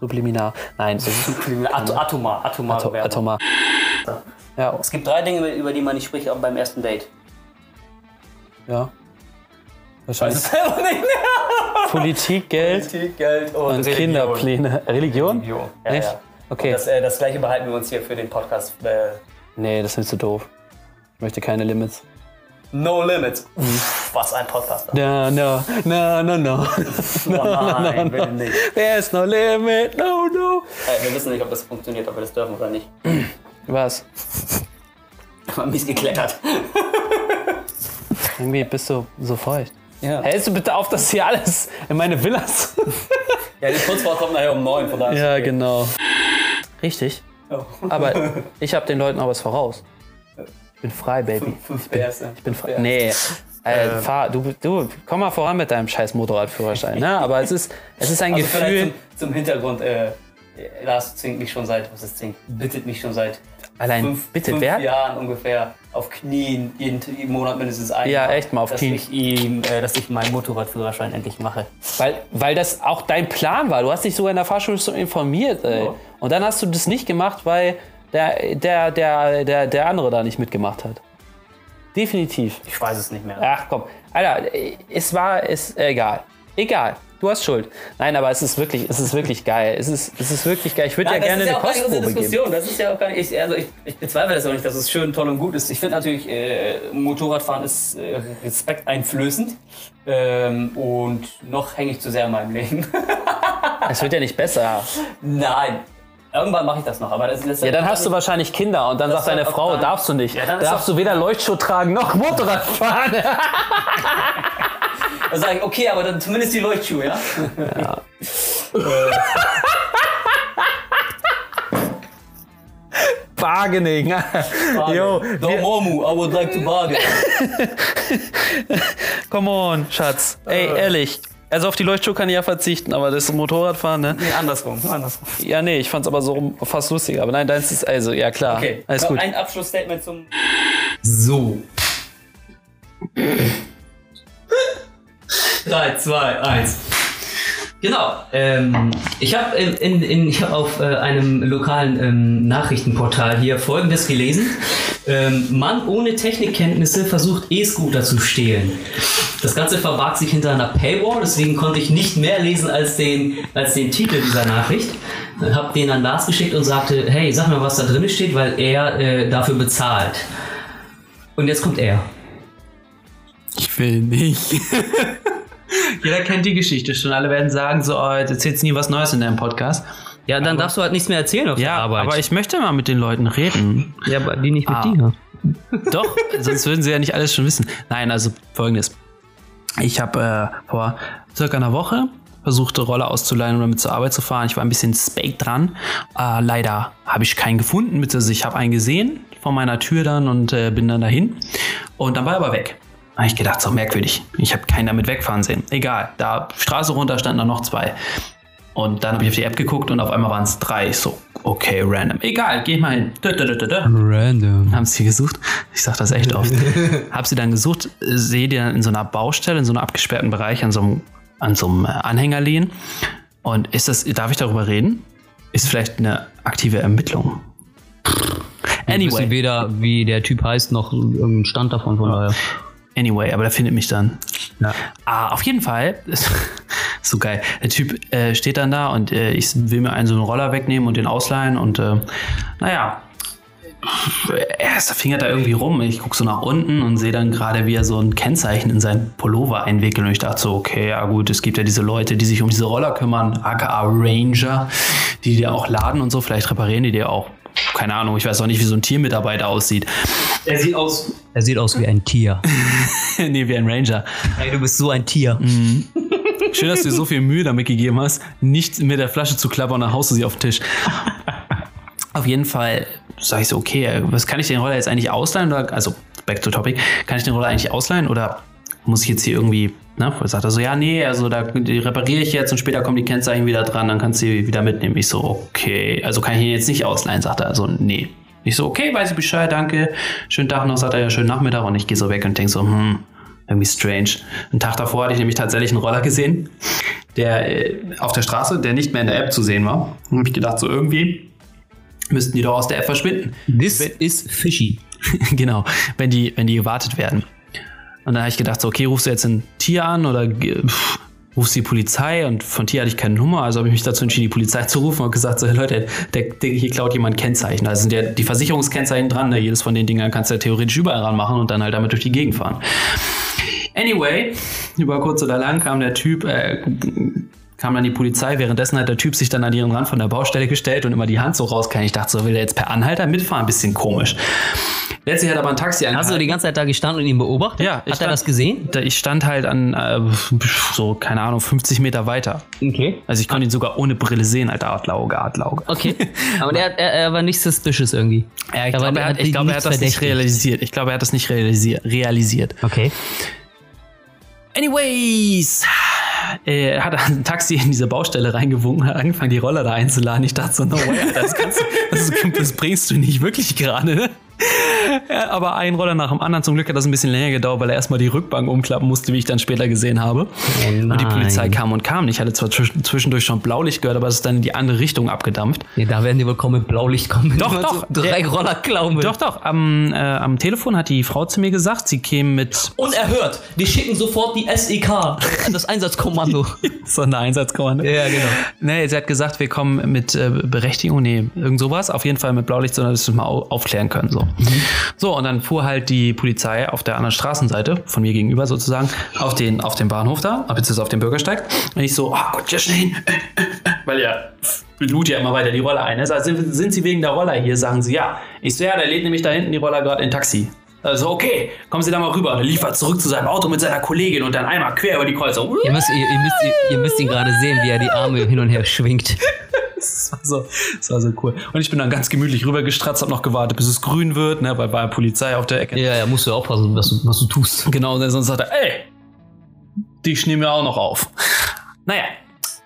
[SPEAKER 4] Subliminar. Nein, das ist
[SPEAKER 5] At atomar, atomar
[SPEAKER 4] atom
[SPEAKER 5] Werbung.
[SPEAKER 4] atomar. Ja,
[SPEAKER 5] Es gibt drei Dinge, über die man nicht spricht, auch beim ersten Date.
[SPEAKER 4] ja. Wahrscheinlich.
[SPEAKER 5] Selber nicht mehr.
[SPEAKER 4] Politik, Geld
[SPEAKER 5] Geld
[SPEAKER 4] und Kinderpläne. Religion?
[SPEAKER 5] Ja,
[SPEAKER 4] Echt?
[SPEAKER 5] ja.
[SPEAKER 4] Okay.
[SPEAKER 5] Das, äh, das gleiche behalten wir uns hier für den Podcast. Äh,
[SPEAKER 4] nee, das ist zu doof. Ich möchte keine Limits.
[SPEAKER 5] No Limits. Was ein Podcast.
[SPEAKER 4] No, no, no, no, no.
[SPEAKER 5] Oh nein, bitte nicht.
[SPEAKER 4] There's no limit, no, no.
[SPEAKER 5] Äh, wir wissen nicht, ob das funktioniert, ob wir das dürfen oder nicht.
[SPEAKER 4] Was?
[SPEAKER 5] Mal mies geklettert.
[SPEAKER 4] Irgendwie bist du so feucht.
[SPEAKER 5] Ja.
[SPEAKER 4] Hältst du bitte auf, dass hier alles in meine Villas?
[SPEAKER 5] ja, die Putzfrau kommt nachher um neun, von daher.
[SPEAKER 4] ja, genau. Oh. Richtig. Aber ich habe den Leuten auch was voraus. Ich bin frei, Baby.
[SPEAKER 5] Fünf PS.
[SPEAKER 4] Ich bin frei. Nee.
[SPEAKER 5] Ähm.
[SPEAKER 4] Äh, fahr, du, du, komm mal voran mit deinem scheiß Motorradführerschein. Ne? Aber es ist, es ist ein
[SPEAKER 5] Also
[SPEAKER 4] Gefühl.
[SPEAKER 5] vielleicht zum, zum Hintergrund, äh, Lars zwingt mich schon seit, was ist zwingt, bittet mich schon seit
[SPEAKER 4] Allein
[SPEAKER 5] fünf,
[SPEAKER 4] bitte,
[SPEAKER 5] fünf
[SPEAKER 4] wer?
[SPEAKER 5] Jahren ungefähr auf Knien, jeden, jeden Monat mindestens ein.
[SPEAKER 4] Ja,
[SPEAKER 5] Mal,
[SPEAKER 4] echt mal auf
[SPEAKER 5] dass
[SPEAKER 4] Knien.
[SPEAKER 5] Ich ihm, äh, dass ich meinen Motorradführerschein endlich mache.
[SPEAKER 4] Weil, weil das auch dein Plan war. Du hast dich sogar in der Fahrschule so informiert, ey.
[SPEAKER 5] Ja.
[SPEAKER 4] Und dann hast du das nicht gemacht, weil der, der, der, der, der andere da nicht mitgemacht hat. Definitiv.
[SPEAKER 5] Ich weiß es nicht mehr.
[SPEAKER 4] Ach komm. Alter, es war, es, egal. Egal. Du hast Schuld. Nein, aber es ist wirklich, es ist wirklich geil. Es ist, es ist wirklich geil. Ich würde ja
[SPEAKER 5] Nein,
[SPEAKER 4] gerne
[SPEAKER 5] das
[SPEAKER 4] eine
[SPEAKER 5] ist ja auch gar nicht unsere
[SPEAKER 4] Kostprobe geben.
[SPEAKER 5] Diskussion. Das ist ja auch gar nicht, ich, also ich, ich bezweifle das auch nicht, dass es schön, toll und gut ist. Ich finde natürlich, äh, Motorradfahren ist äh, respekteinflößend. Ähm, und noch hänge ich zu sehr in meinem Leben.
[SPEAKER 4] Es wird ja nicht besser.
[SPEAKER 5] Nein.
[SPEAKER 6] Irgendwann mache ich das noch, aber das ist
[SPEAKER 7] Ja, dann hast du wahrscheinlich Kinder und dann
[SPEAKER 6] Das
[SPEAKER 7] sagt deine
[SPEAKER 6] soll auch
[SPEAKER 7] Frau,
[SPEAKER 6] sein.
[SPEAKER 7] darfst du nicht.
[SPEAKER 6] Ja, dann ist
[SPEAKER 7] darfst du weder Leuchtschuh tragen noch Motorrad fahren.
[SPEAKER 6] Dann Also sag ich, okay, aber dann zumindest die Leuchtschuhe, ja?
[SPEAKER 7] Bargaining. Jo,
[SPEAKER 6] No Momu, I would like to bargain.
[SPEAKER 7] come on, Schatz. Ey, ehrlich. Also auf die Leuchtschuhe kann ich ja verzichten, aber das Motorradfahren, ne?
[SPEAKER 6] Nee, andersrum, andersrum.
[SPEAKER 7] Ja, nee, ich fand's aber so rum fast lustiger. Aber nein, deins ist also, ja klar.
[SPEAKER 6] Okay,
[SPEAKER 7] Alles gut.
[SPEAKER 6] ein Abschlussstatement zum...
[SPEAKER 5] So. 3, 2, 1. Genau. Ähm, ich habe in, in, in, ich hab auf äh, einem lokalen ähm, Nachrichtenportal hier Folgendes gelesen. Ähm, Mann ohne Technikkenntnisse versucht E-Scooter zu stehlen. Das Ganze verbarg sich hinter einer Paywall, deswegen konnte ich nicht mehr lesen als den, als den Titel dieser Nachricht. Hab den an Lars geschickt und sagte, hey, sag mir, was da drin steht, weil er äh, dafür bezahlt. Und jetzt kommt er.
[SPEAKER 4] Ich will nicht.
[SPEAKER 5] Jeder kennt die Geschichte schon. Alle werden sagen, so, oh, jetzt erzählst du nie was Neues in deinem Podcast. Ja, dann darfst du halt nichts mehr erzählen auf
[SPEAKER 4] Ja, aber ich möchte mal mit den Leuten reden.
[SPEAKER 5] ja, aber die nicht mit
[SPEAKER 4] Ah.
[SPEAKER 5] dir.
[SPEAKER 4] Doch, sonst würden sie ja nicht alles schon wissen. Nein, also folgendes. Ich habe äh, vor circa einer Woche versuchte Roller auszuleihen, um damit zur Arbeit zu fahren. Ich war ein bisschen spake dran. Äh, leider habe ich keinen gefunden, beziehungsweise ich habe einen gesehen vor meiner Tür dann und äh, bin dann dahin. Und dann war er aber weg. Da habe ich gedacht, so merkwürdig. Ich habe keinen damit wegfahren sehen. Egal, da Straße runter standen dann noch zwei. Und dann habe ich auf die App geguckt und auf einmal waren es drei. Ich so, okay, random. Egal, geh ich mal hin. Dö, dö, dö, dö, dö Random. haben sie gesucht. Ich sag das echt oft. hab sie dann gesucht, äh, sehe die dann in so einer Baustelle, in so einem abgesperrten Bereich, an so einem, an so einem äh, Anhänger liegen. Und ist das, darf ich darüber reden? Ist vielleicht eine aktive Ermittlung.
[SPEAKER 5] Wir wissen
[SPEAKER 4] Anyway,
[SPEAKER 5] weder, wie der Typ heißt, noch irgendeinen Stand davon. Von daher.
[SPEAKER 4] anyway, aber der findet mich dann.
[SPEAKER 5] Ja.
[SPEAKER 4] Ah, auf jeden Fall. so geil. Der Typ äh, steht dann da und äh, ich will mir einen so einen Roller wegnehmen und den ausleihen und äh, naja. Er ist- fingert da irgendwie rum. Ich gucke so nach unten und sehe dann gerade, wie er so ein Kennzeichen in seinen Pullover einwickelt. Und ich dachte so, okay, ja gut, es gibt ja diese Leute, die sich um diese Roller kümmern, aka Ranger, die die auch laden und so. Vielleicht reparieren die die auch. Keine Ahnung, ich weiß auch nicht, wie so ein Tiermitarbeiter aussieht.
[SPEAKER 5] Er sieht aus. Er sieht aus wie ein Tier.
[SPEAKER 4] nee, wie ein Ranger.
[SPEAKER 5] Ey, du bist so ein Tier.
[SPEAKER 4] Schön, dass du dir so viel Mühe damit gegeben hast, nicht mit der Flasche zu klappern, dann haust du sie auf den Tisch. Auf jeden Fall sage ich so, okay, was kann ich den Roller jetzt eigentlich ausleihen? Oder, also, back to topic, kann ich den Roller eigentlich ausleihen oder muss ich jetzt hier irgendwie, ne? Und sagt er so, ja, nee, also da die repariere ich jetzt und später kommen die Kennzeichen wieder dran, dann kannst du sie wieder mitnehmen. Ich so, okay, also kann ich ihn jetzt nicht ausleihen, sagt er, also nee. Ich so, okay, weiß ich Bescheid, danke. Schönen Tag noch, sagt er ja, schönen Nachmittag und ich gehe so weg und denke so, hm, irgendwie strange. Einen Tag davor hatte ich nämlich tatsächlich einen Roller gesehen, der äh, auf der Straße, der nicht mehr in der App zu sehen war. Und habe ich gedacht, so irgendwie müssten die doch aus der App verschwinden.
[SPEAKER 5] This is fishy.
[SPEAKER 4] genau, wenn die, wenn die gewartet werden. Und dann habe ich gedacht, so, okay, rufst du jetzt ein Tier an oder ge- pff, rufst die Polizei? Und von Tier hatte ich keine Nummer, also habe ich mich dazu entschieden, die Polizei zu rufen und gesagt, so, hey, Leute, der, der hier klaut jemand Kennzeichen. Also sind ja die Versicherungskennzeichen dran, ne? jedes von den Dingern kannst du ja theoretisch überall ranmachen und dann halt damit durch die Gegend fahren. Anyway, über kurz oder lang kam der Typ, äh, kam dann die Polizei. Währenddessen hat der Typ sich dann an ihren Rand von der Baustelle gestellt und immer die Hand so rausgehalten. Ich dachte, so will er jetzt per Anhalter mitfahren, bisschen komisch. Letztlich hat aber ein Taxi
[SPEAKER 5] Hast du
[SPEAKER 4] angehalten.
[SPEAKER 5] die ganze Zeit da gestanden und ihn beobachtet?
[SPEAKER 4] Ja, ich
[SPEAKER 5] Hat er
[SPEAKER 4] stand-
[SPEAKER 5] das gesehen?
[SPEAKER 4] Da- Ich stand halt an äh, so, keine Ahnung, 50 Meter weiter.
[SPEAKER 5] Okay.
[SPEAKER 4] Also ich konnte ihn sogar ohne Brille sehen, alter Adlauge, Adlauge.
[SPEAKER 5] Okay. Aber der, er, er war nicht suspicious irgendwie.
[SPEAKER 4] Ja, ich
[SPEAKER 5] Aber
[SPEAKER 4] glaube, er hat, ich
[SPEAKER 5] die
[SPEAKER 4] glaube, er
[SPEAKER 5] nichts
[SPEAKER 4] hat das nicht
[SPEAKER 5] verdächtigt.
[SPEAKER 4] realisiert. Ich glaube, er hat das nicht realisier realisiert.
[SPEAKER 5] Okay.
[SPEAKER 4] Anyways, äh, hat ein Taxi in diese Baustelle reingewunken, hat angefangen, die Roller da einzuladen. Ich dachte so, no way, Alter, das, kannst, du- das, ist- das bringst du nicht wirklich gerade. ne? Ja, aber ein Roller nach dem anderen. Zum Glück hat das ein bisschen länger gedauert, weil er erstmal die Rückbank umklappen musste, wie ich dann später gesehen habe. Und die Polizei kam und kam. nicht. Ich hatte zwar zwisch- zwischendurch schon Blaulicht gehört, aber es ist dann in die andere Richtung abgedampft.
[SPEAKER 5] Ja, da werden die wohl kaum mit Blaulicht kommen. wenn
[SPEAKER 4] Doch,
[SPEAKER 5] man
[SPEAKER 4] doch.
[SPEAKER 5] So drei Roller klauen will.
[SPEAKER 4] Doch, doch, am, äh, am Telefon hat die Frau zu mir gesagt, sie käme mit
[SPEAKER 5] Unerhört. Wir schicken sofort die SEK, das Einsatzkommando.
[SPEAKER 4] Sondereinsatzkommando.
[SPEAKER 5] ja, genau.
[SPEAKER 4] Nee, sie hat gesagt, wir kommen mit äh, Berechtigung, nee, irgend sowas, auf jeden Fall mit Blaulicht, sondern dass wir es mal au- aufklären können. So. so, und dann fuhr halt die Polizei auf der anderen Straßenseite, von mir gegenüber sozusagen, auf den, auf den Bahnhof da, ab jetzt ist auf dem Bürgersteig. Und ich so, ah Gott, ja schnell hin, äh, äh, äh, weil er lud ja immer weiter die Roller ein. Er sagt, sind, sind Sie wegen der Roller hier? Sagen sie ja. Ich so, ja, der lädt nämlich da hinten die Roller gerade in Taxi. Also, okay, kommen Sie da mal rüber. Und er liefert zurück zu seinem Auto mit seiner Kollegin und dann einmal quer über die Kreuzung.
[SPEAKER 5] Ihr müsst, ihr, ihr müsst, ihr, ihr müsst ihn gerade sehen, wie er die Arme hin und her schwingt.
[SPEAKER 4] Das war, so, das war so cool. Und ich bin dann ganz gemütlich rübergestratzt, hab noch gewartet, bis es grün wird, ne, weil war ja Polizei auf der Ecke.
[SPEAKER 5] Ja, ja, musst du aufpassen, was du, was du tust.
[SPEAKER 4] Genau, und sonst sagt er, ey, die schneiden wir auch noch auf. Naja.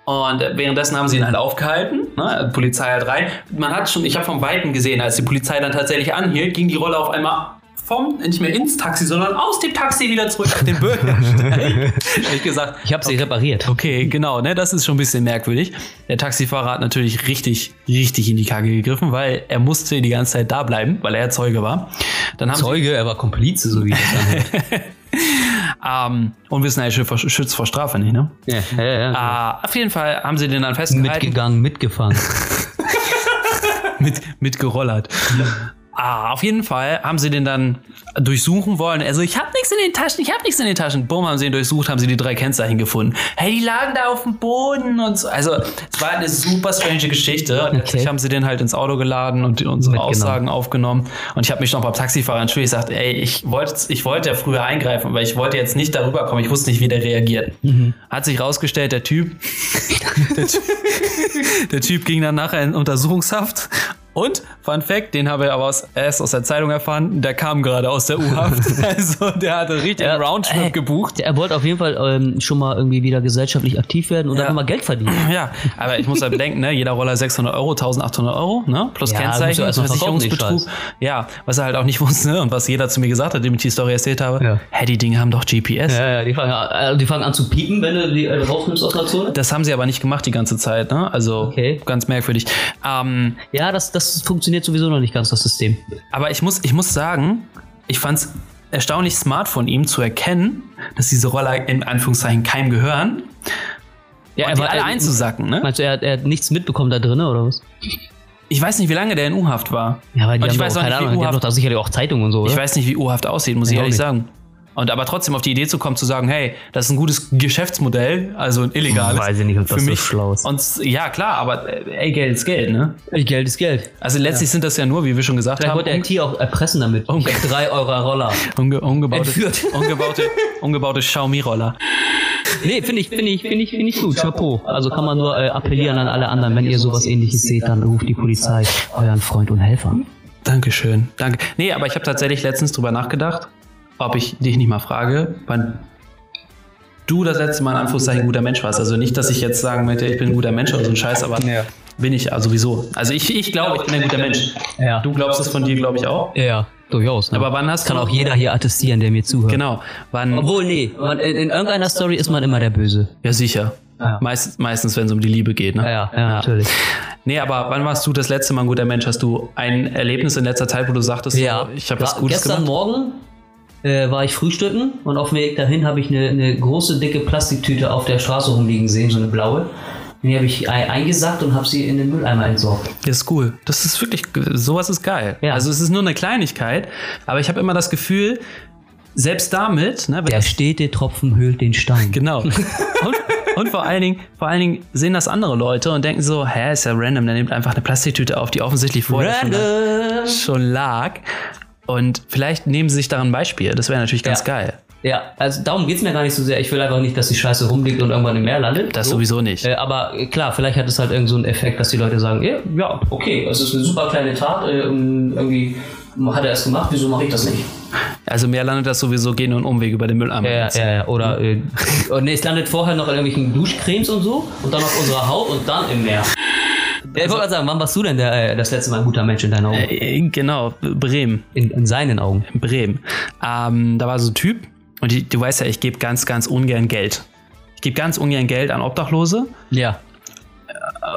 [SPEAKER 4] Und äh, währenddessen haben sie ihn halt aufgehalten, ne? die Polizei halt rein. Man hat schon, ich habe vom Weiten gesehen, als die Polizei dann tatsächlich anhielt, ging die Rolle auf einmal vom, nicht mehr ins Taxi, sondern aus dem Taxi wieder zurück auf den Bürgersteig. Ehrlich gesagt,
[SPEAKER 5] Ich habe sie repariert.
[SPEAKER 4] Okay, genau, ne, das ist schon ein bisschen merkwürdig. Der Taxifahrer hat natürlich richtig, richtig in die Kacke gegriffen, weil er musste die ganze Zeit da bleiben, weil er Zeuge war. Dann haben
[SPEAKER 5] Zeuge, er war Komplize, so wie das anhört.
[SPEAKER 4] sie, ähm, und wir sind ja schü- schützt vor Strafe nicht, ne?
[SPEAKER 5] ja, ja, ja.
[SPEAKER 4] Ah, auf jeden Fall haben sie den dann festgehalten.
[SPEAKER 5] Mitgegangen, mitgefahren.
[SPEAKER 4] mit, mitgerollert. Ah, auf jeden Fall haben sie den dann durchsuchen wollen. Also ich habe nichts in den Taschen, ich habe nichts in den Taschen. Bumm, haben sie ihn durchsucht, haben sie die drei Kennzeichen gefunden. Hey, die lagen da auf dem Boden und so. Also es war eine super strange Geschichte. Und letztlich haben sie den halt ins Auto geladen und die- unsere
[SPEAKER 5] Mitgenommen.
[SPEAKER 4] Aussagen aufgenommen. Und ich habe mich noch beim Taxifahrer entschuldigt. Ich sagte, ey, ich wollte, ich wollte ja früher eingreifen, weil ich wollte jetzt nicht darüber kommen. Ich wusste nicht, wie der reagiert. Hat sich rausgestellt, der Typ der Typ ging dann nachher in Untersuchungshaft. Und, Fun Fact, den habe ich aber aus, erst aus der Zeitung erfahren, der kam gerade aus der U-Haft. Also der hatte richtig einen Roundtrip
[SPEAKER 5] Ey.
[SPEAKER 4] gebucht.
[SPEAKER 5] Er wollte auf jeden Fall ähm, schon mal irgendwie wieder gesellschaftlich aktiv werden und
[SPEAKER 4] Ja.
[SPEAKER 5] einfach mal Geld verdienen.
[SPEAKER 4] Ja, aber ich muss ja bedenken, ne, jeder Roller 600 Euro, 1800 Euro, ne, plus
[SPEAKER 5] Ja, musst
[SPEAKER 4] Kennzeichen,
[SPEAKER 5] du erst mal verkaufen, den
[SPEAKER 4] Versicherungsbetrug. Ja, was er halt auch nicht wusste ne, und was jeder zu mir gesagt hat, dem ich die Story erzählt habe.
[SPEAKER 5] Ja.
[SPEAKER 4] Hä, die Dinge haben doch GPS.
[SPEAKER 5] Ja, ja, die fangen
[SPEAKER 8] Also die fangen an zu piepen, wenn du die äh, rausnimmst aus der Zone.
[SPEAKER 4] Das haben sie aber nicht gemacht die ganze Zeit, ne? Also
[SPEAKER 5] Okay.
[SPEAKER 4] ganz merkwürdig. Ähm,
[SPEAKER 5] Ja, das, das funktioniert sowieso noch nicht ganz, das System.
[SPEAKER 4] Aber ich muss, ich muss sagen, ich fand es erstaunlich smart von ihm zu erkennen, dass diese Roller in Anführungszeichen keinem gehören. Ja, und die
[SPEAKER 5] war- halt
[SPEAKER 4] alle
[SPEAKER 5] er-
[SPEAKER 4] einzusacken, ne?
[SPEAKER 5] Meinst du, er, hat- er hat nichts mitbekommen da drin, oder was?
[SPEAKER 4] Ich weiß nicht, wie lange der in U-Haft war.
[SPEAKER 5] Ja, weil die
[SPEAKER 4] Und ich
[SPEAKER 5] haben
[SPEAKER 4] weiß
[SPEAKER 5] doch,
[SPEAKER 4] auch
[SPEAKER 5] keine
[SPEAKER 4] nicht, wie
[SPEAKER 5] Ahnung, die haben
[SPEAKER 4] U-Haft
[SPEAKER 5] doch da sicherlich auch Zeitungen und so,
[SPEAKER 4] Ich
[SPEAKER 5] oder?
[SPEAKER 4] weiß nicht, wie U-Haft aussieht, muss ich
[SPEAKER 5] Ja, auch
[SPEAKER 4] ehrlich
[SPEAKER 5] nicht.
[SPEAKER 4] sagen. Und aber trotzdem auf die Idee zu kommen, zu sagen, hey, das ist ein gutes Geschäftsmodell, also ein illegales.
[SPEAKER 5] Weiß ich nicht, ob das
[SPEAKER 4] für
[SPEAKER 5] so
[SPEAKER 4] mich.
[SPEAKER 5] schlau ist.
[SPEAKER 4] Und s- ja, klar, aber äh, ey, Geld ist Geld, ne?
[SPEAKER 5] Geld ist Geld.
[SPEAKER 4] Also letztlich sind das ja nur, wie wir schon gesagt
[SPEAKER 5] Vielleicht
[SPEAKER 4] haben, um,
[SPEAKER 5] wollte er Tier auch erpressen damit.
[SPEAKER 4] Oh.
[SPEAKER 5] Ich hab drei Euro Roller.
[SPEAKER 4] unge ungebaute,
[SPEAKER 5] Entführt.
[SPEAKER 4] ungebaute, ungebaute Xiaomi-Roller.
[SPEAKER 5] Nee, finde ich, finde ich, finde ich, finde ich gut. Chapeau. Also kann man nur äh, appellieren an alle anderen, wenn ihr sowas ähnliches seht, dann ruft die Polizei euren Freund und Helfer.
[SPEAKER 4] Dankeschön. Danke. Nee, aber ich habe tatsächlich letztens drüber nachgedacht, ob ich dich nicht mal frage, wann du das letzte Mal in Anführungszeichen ein guter Mensch warst. Also nicht, dass ich jetzt sagen möchte, ich bin ein guter Mensch oder so ein Scheiß, aber bin ich ja sowieso. Also ich, ich glaube, ich bin ein guter Mensch.
[SPEAKER 5] Ja.
[SPEAKER 4] Du glaubst es von dir, glaube ich, auch.
[SPEAKER 5] Ja, durchaus. Ne?
[SPEAKER 4] Aber wann hast
[SPEAKER 5] kann
[SPEAKER 4] du
[SPEAKER 5] auch jeder hier attestieren, der mir zuhört.
[SPEAKER 4] Genau. Wann?
[SPEAKER 5] Obwohl, nee, man, in, in irgendeiner Story ist man immer der Böse.
[SPEAKER 4] Ja, sicher. Meist, meistens, wenn es um die Liebe geht. Ne?
[SPEAKER 5] ja, ja, natürlich.
[SPEAKER 4] Nee, aber wann warst du das letzte Mal ein guter Mensch? Hast du ein Erlebnis in letzter Zeit, wo du sagtest,
[SPEAKER 5] Ja,
[SPEAKER 4] so, ich habe was
[SPEAKER 5] Gra-
[SPEAKER 4] Gutes
[SPEAKER 5] Gestern
[SPEAKER 4] gemacht?
[SPEAKER 5] Morgen äh, war ich frühstücken und auf dem Weg dahin habe ich eine, eine große, dicke Plastiktüte auf der Straße rumliegen sehen, so eine blaue. Und Die habe ich ei- eingesackt und habe sie in den Mülleimer entsorgt.
[SPEAKER 4] Das ist cool. Das ist wirklich, sowas ist geil.
[SPEAKER 5] Ja.
[SPEAKER 4] Also es ist nur eine Kleinigkeit, aber ich habe immer das Gefühl, selbst damit, ne, wenn
[SPEAKER 5] Der stete Tropfen höhlt den Stein.
[SPEAKER 4] genau. Und, und vor allen Dingen, vor allen Dingen sehen das andere Leute und denken so, hä, ist ja random, der nimmt einfach eine Plastiktüte auf, die offensichtlich vorher schon lag, schon lag. Und vielleicht nehmen sie sich daran ein Beispiel. Das wäre natürlich ganz
[SPEAKER 5] Ja.
[SPEAKER 4] geil.
[SPEAKER 5] Ja, also darum geht's mir gar nicht so sehr. Ich will einfach nicht, dass die Scheiße rumliegt und irgendwann im Meer landet.
[SPEAKER 4] Das
[SPEAKER 5] So.
[SPEAKER 4] sowieso nicht.
[SPEAKER 5] Äh, aber äh, klar, vielleicht hat es halt irgend so einen Effekt, dass die Leute sagen, ja, ja okay, es ist eine super kleine Tat, äh, und irgendwie hat er es gemacht, wieso mache ich das nicht?
[SPEAKER 4] Also mehr landet das sowieso gehen und Umweg über den Mülleimer.
[SPEAKER 5] Ja, ja, ja, oder äh, oh, nee, es landet vorher noch in irgendwelchen Duschcremes und so und dann auf unserer Haut und dann im Meer. Ja, ich wollte gerade sagen, wann warst du denn der, äh, das letzte Mal ein guter Mensch in deinen Augen?
[SPEAKER 4] Äh, Genau, Bremen.
[SPEAKER 5] In, in seinen Augen.
[SPEAKER 4] in Bremen. Ähm, da war so ein Typ und die, du weißt ja, ich gebe ganz, ganz ungern Geld. Ich gebe ganz ungern Geld an Obdachlose.
[SPEAKER 5] Ja.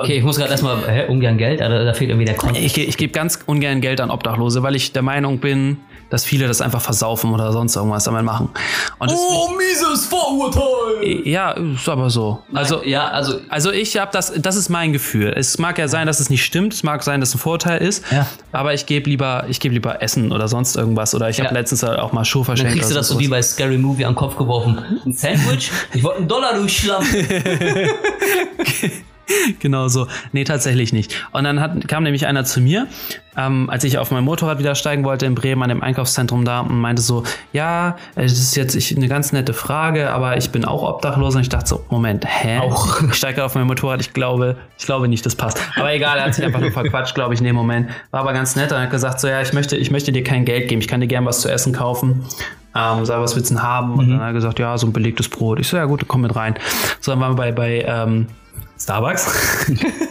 [SPEAKER 5] Okay, ich muss gerade erstmal, hä, ungern Geld, also da, da fehlt irgendwie der Kontext.
[SPEAKER 4] Ich, ge- ich gebe ganz ungern Geld an Obdachlose, weil ich der Meinung bin, dass viele das einfach versaufen oder sonst irgendwas damit machen. Und oh, mieses Vorurteil! Ja, ist aber so. Also,
[SPEAKER 5] Ja, also
[SPEAKER 4] also ich habe das, das ist mein Gefühl. Es mag ja sein, dass es nicht stimmt, es mag sein, dass es ein Vorteil ist,
[SPEAKER 5] Ja.
[SPEAKER 4] aber ich gebe lieber, ich gebe lieber Essen oder sonst irgendwas oder ich
[SPEAKER 5] Ja.
[SPEAKER 4] habe letztens halt auch mal Schuhe
[SPEAKER 5] Dann
[SPEAKER 4] verschenkt.
[SPEAKER 5] kriegst du
[SPEAKER 4] oder
[SPEAKER 5] das so wie
[SPEAKER 4] sowas.
[SPEAKER 5] bei Scary Movie am Kopf geworfen. Ein Sandwich? Ich wollte einen Dollar durchschlampfen.
[SPEAKER 4] genau so. Nee, tatsächlich nicht. Und dann hat, kam nämlich einer zu mir, ähm, als ich auf mein Motorrad wieder steigen wollte in Bremen an dem Einkaufszentrum da und meinte so, ja, äh, das ist jetzt ich, eine ganz nette Frage, aber ich bin auch obdachlos und ich dachte so, Moment, hä? Auch. Ich steige auf mein Motorrad, ich glaube, ich glaube nicht, das passt. Aber egal, er hat sich einfach nur verquatscht, glaube ich, in dem Moment. War aber ganz nett und hat gesagt so, ja, ich möchte, ich möchte dir kein Geld geben, ich kann dir gern was zu essen kaufen. Ähm, sag, was willst du denn haben? Und dann hat er gesagt, ja, so ein belegtes Brot. Ich so, ja gut, komm mit rein. So, dann waren wir bei, bei ähm, Starbucks.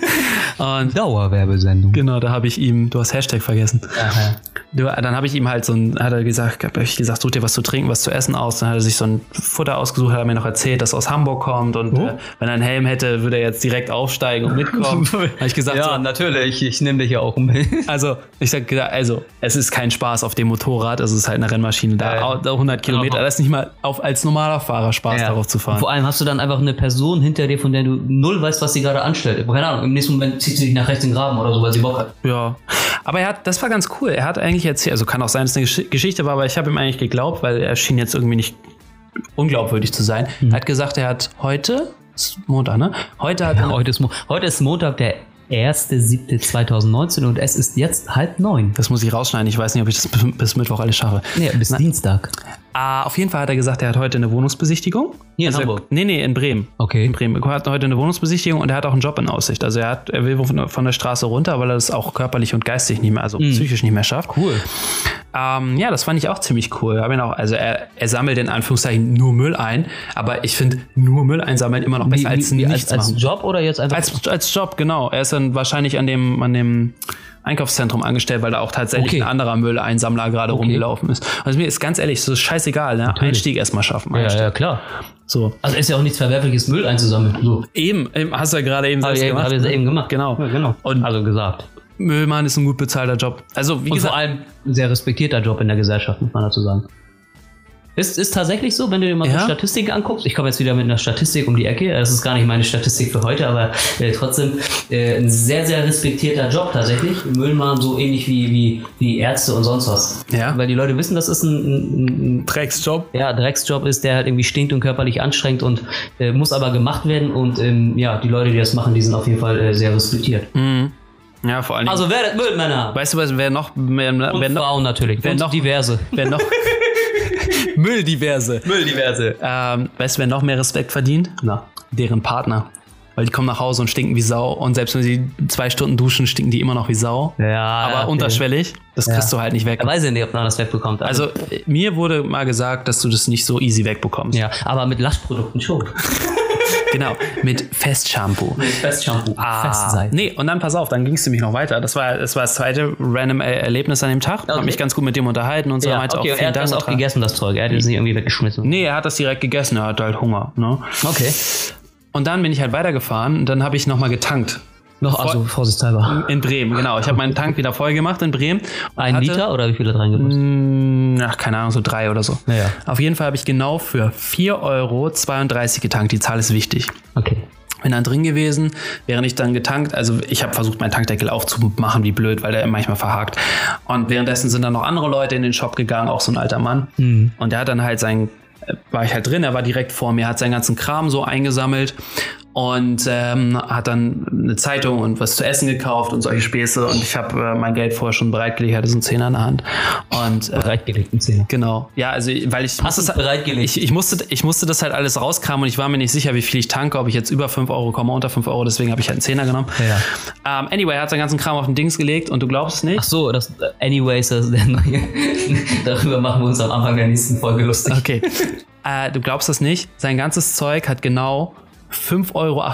[SPEAKER 4] und
[SPEAKER 5] Dauerwerbesendung.
[SPEAKER 4] genau, da habe ich ihm, du hast Hashtag vergessen. Du, dann habe ich ihm halt so ein, hat er gesagt, habe ich gesagt, such dir was zu trinken, was zu essen aus. Dann hat er sich so ein Futter ausgesucht, hat er mir noch erzählt, dass er aus Hamburg kommt und äh, wenn er einen Helm hätte, würde er jetzt direkt aufsteigen und mitkommen. habe ich gesagt, so,
[SPEAKER 5] natürlich, ich nehme dich ja auch um mit.
[SPEAKER 4] also, ich sag, gesagt, also, es ist kein Spaß auf dem Motorrad, also es ist halt eine Rennmaschine, da au- da 100 Kilometer, das ist nicht mal auf, als normaler Fahrer Spaß darauf zu fahren.
[SPEAKER 5] Vor allem hast du dann einfach eine Person hinter dir, von der du null weißt, was sie gerade anstellt. Keine Ahnung, im nächsten Moment zieht sie dich nach rechts in den Graben oder so, weil sie Bock hat.
[SPEAKER 4] Ja. Aber er hat, das war ganz cool. Er hat eigentlich erzählt, also kann auch sein, dass es eine Gesch- Geschichte war, aber ich habe ihm eigentlich geglaubt, weil er schien jetzt irgendwie nicht unglaubwürdig zu sein.
[SPEAKER 5] Hm.
[SPEAKER 4] Er hat gesagt, er hat heute, ist Montag, ne? Heute hat er,
[SPEAKER 5] Heute ist, Mo- heute ist Montag, der 1.7.2019 und es ist jetzt halb neun.
[SPEAKER 4] das muss ich rausschneiden, ich weiß nicht, ob ich das bis, bis Mittwoch alles schaffe.
[SPEAKER 5] Nee, bis Dienstag.
[SPEAKER 4] Ah, auf jeden Fall hat er gesagt, er hat heute eine Wohnungsbesichtigung.
[SPEAKER 5] Hier in
[SPEAKER 4] Also,
[SPEAKER 5] Hamburg.
[SPEAKER 4] Nee, nee, in Bremen.
[SPEAKER 5] Okay.
[SPEAKER 4] In Bremen. Er hat heute eine Wohnungsbesichtigung und er hat auch einen Job in Aussicht. Also er, hat, er will von, von der Straße runter, weil er das auch körperlich und geistig nicht mehr, also psychisch nicht mehr schafft.
[SPEAKER 5] Hm. Cool.
[SPEAKER 4] Ähm, ja, das fand ich auch ziemlich cool. Hab ihn auch, also er, er sammelt in Anführungszeichen nur Müll ein, aber ich finde nur Müll einsammeln immer noch besser als nichts
[SPEAKER 5] als,
[SPEAKER 4] machen.
[SPEAKER 5] als Job oder jetzt einfach?
[SPEAKER 4] Als, als Job, genau. Er ist dann wahrscheinlich an dem, an dem Einkaufszentrum angestellt, weil da auch tatsächlich
[SPEAKER 5] Okay.
[SPEAKER 4] ein anderer Mülleinsammler gerade rumgelaufen ist. Also mir ist ganz ehrlich, so ist scheißegal, ne? Einstieg erstmal schaffen. Einstieg.
[SPEAKER 5] klar.
[SPEAKER 4] So.
[SPEAKER 5] Also ist ja auch nichts Verwerfliches, Müll einzusammeln. So.
[SPEAKER 4] Eben, eben, hast du ja gerade eben
[SPEAKER 5] Habe
[SPEAKER 4] selbst
[SPEAKER 5] ich, eben-
[SPEAKER 4] gemacht.
[SPEAKER 5] hab ich eben gemacht.
[SPEAKER 4] Genau.
[SPEAKER 5] Ja, genau.
[SPEAKER 4] Und-
[SPEAKER 5] also gesagt.
[SPEAKER 4] Müllmann ist ein gut bezahlter Job. Also, wie
[SPEAKER 5] Und vor
[SPEAKER 4] gesagt,
[SPEAKER 5] allem ein sehr respektierter Job in der Gesellschaft, muss man dazu sagen. Ist, ist tatsächlich so, wenn du dir mal
[SPEAKER 4] Ja?
[SPEAKER 5] so Statistiken anguckst. Ich komme jetzt wieder mit einer Statistik um die Ecke. Das ist gar nicht meine Statistik für heute, aber äh, trotzdem äh, ein sehr, sehr respektierter Job tatsächlich. Müllmann so ähnlich wie, wie, wie Ärzte und sonst was.
[SPEAKER 4] Ja.
[SPEAKER 5] Weil die Leute wissen, das ist ein, ein, ein
[SPEAKER 4] Drecksjob.
[SPEAKER 5] ja, Drecksjob ist, der halt irgendwie stinkt und körperlich anstrengt und äh, muss aber gemacht werden. Und ähm, ja, die Leute, die das machen, die sind auf jeden Fall äh, sehr respektiert.
[SPEAKER 4] Mhm. Ja, vor allen Dingen.
[SPEAKER 5] Also werdet Müllmänner!
[SPEAKER 4] weißt du, was, wer noch, wer,
[SPEAKER 5] Und
[SPEAKER 4] wer äh, noch,
[SPEAKER 5] Frauen natürlich.
[SPEAKER 4] wer
[SPEAKER 5] und
[SPEAKER 4] noch-
[SPEAKER 5] diverse.
[SPEAKER 4] wer noch, Mülldiverse.
[SPEAKER 5] Mülldiverse.
[SPEAKER 4] Ähm, weißt du, wer noch mehr Respekt verdient?
[SPEAKER 5] Na.
[SPEAKER 4] Deren Partner. Weil die kommen nach Hause und stinken wie Sau. Und selbst wenn sie zwei Stunden duschen, stinken die immer noch wie Sau.
[SPEAKER 5] Ja,
[SPEAKER 4] Aber
[SPEAKER 5] okay.
[SPEAKER 4] unterschwellig, das kriegst du halt nicht weg.
[SPEAKER 5] Ich weiß ja nicht, ob man das wegbekommt. aber-
[SPEAKER 4] Also, äh, mir wurde mal gesagt, dass du das nicht so easy wegbekommst.
[SPEAKER 5] ja, aber mit Laschprodukten schon.
[SPEAKER 4] Genau. Mit Festshampoo.
[SPEAKER 5] Festshampoo.
[SPEAKER 4] Ah,
[SPEAKER 5] Festseife.
[SPEAKER 4] Nee, und dann pass auf, dann ging es nämlich noch weiter. Das war, das war das zweite random äh, Erlebnis an dem Tag. Ich habe mich ganz gut mit dem unterhalten und so.
[SPEAKER 5] Ja,
[SPEAKER 4] meinte
[SPEAKER 5] okay,
[SPEAKER 4] auch,
[SPEAKER 5] und er
[SPEAKER 4] vielen
[SPEAKER 5] hat
[SPEAKER 4] Dank.
[SPEAKER 5] das auch
[SPEAKER 4] Utra.
[SPEAKER 5] gegessen, das Zeug. Er hat es nicht irgendwie weggeschmissen.
[SPEAKER 4] Nee, er hat das direkt gegessen. Er hat halt Hunger. Ne?
[SPEAKER 5] Okay.
[SPEAKER 4] Und dann bin ich halt weitergefahren und dann habe ich nochmal getankt.
[SPEAKER 5] Noch, also vorsichtshalber.
[SPEAKER 4] In Bremen, genau. Ich habe meinen Tank wieder voll gemacht in Bremen. und
[SPEAKER 5] Ein
[SPEAKER 4] hatte-
[SPEAKER 5] Liter oder wie viel da reingepasst?
[SPEAKER 4] Mm, Ach, keine Ahnung, so drei oder so.
[SPEAKER 5] Ja, ja.
[SPEAKER 4] Auf jeden Fall habe ich genau für 4,32 Euro getankt. Die Zahl ist wichtig.
[SPEAKER 5] Okay.
[SPEAKER 4] Bin dann drin gewesen, während ich dann getankt, also ich habe versucht, meinen Tankdeckel aufzumachen, wie blöd, weil der manchmal verhakt. Und währenddessen sind dann noch andere Leute in den Shop gegangen, auch so ein alter Mann.
[SPEAKER 5] Hm.
[SPEAKER 4] Und der hat dann halt sein, äh, war ich halt drin, er war direkt vor mir, hat seinen ganzen Kram so eingesammelt und ähm, hat dann eine Zeitung und was zu essen gekauft und solche Späße. Und ich habe äh, mein Geld vorher schon bereitgelegt, hatte so einen Zehner in der Hand. Und äh,
[SPEAKER 5] Bereitgelegten Zähne.
[SPEAKER 4] Genau. Ja, also weil ich musste, es-
[SPEAKER 5] bereitgelegt.
[SPEAKER 4] ich, ich, musste, ich musste das halt alles rauskramen und ich war mir nicht sicher, wie viel ich tanke, ob ich jetzt über 5 Euro komme, unter 5 Euro, deswegen habe ich halt einen Zehner genommen. Ähm, anyway, er hat seinen ganzen Kram auf den Dings gelegt und du glaubst es nicht.
[SPEAKER 5] Ach so, das, anyways, das ist der neue. Darüber machen wir uns am Anfang der nächsten Folge lustig.
[SPEAKER 4] Okay. äh, du glaubst das nicht. Sein ganzes Zeug hat genau 5,68 Euro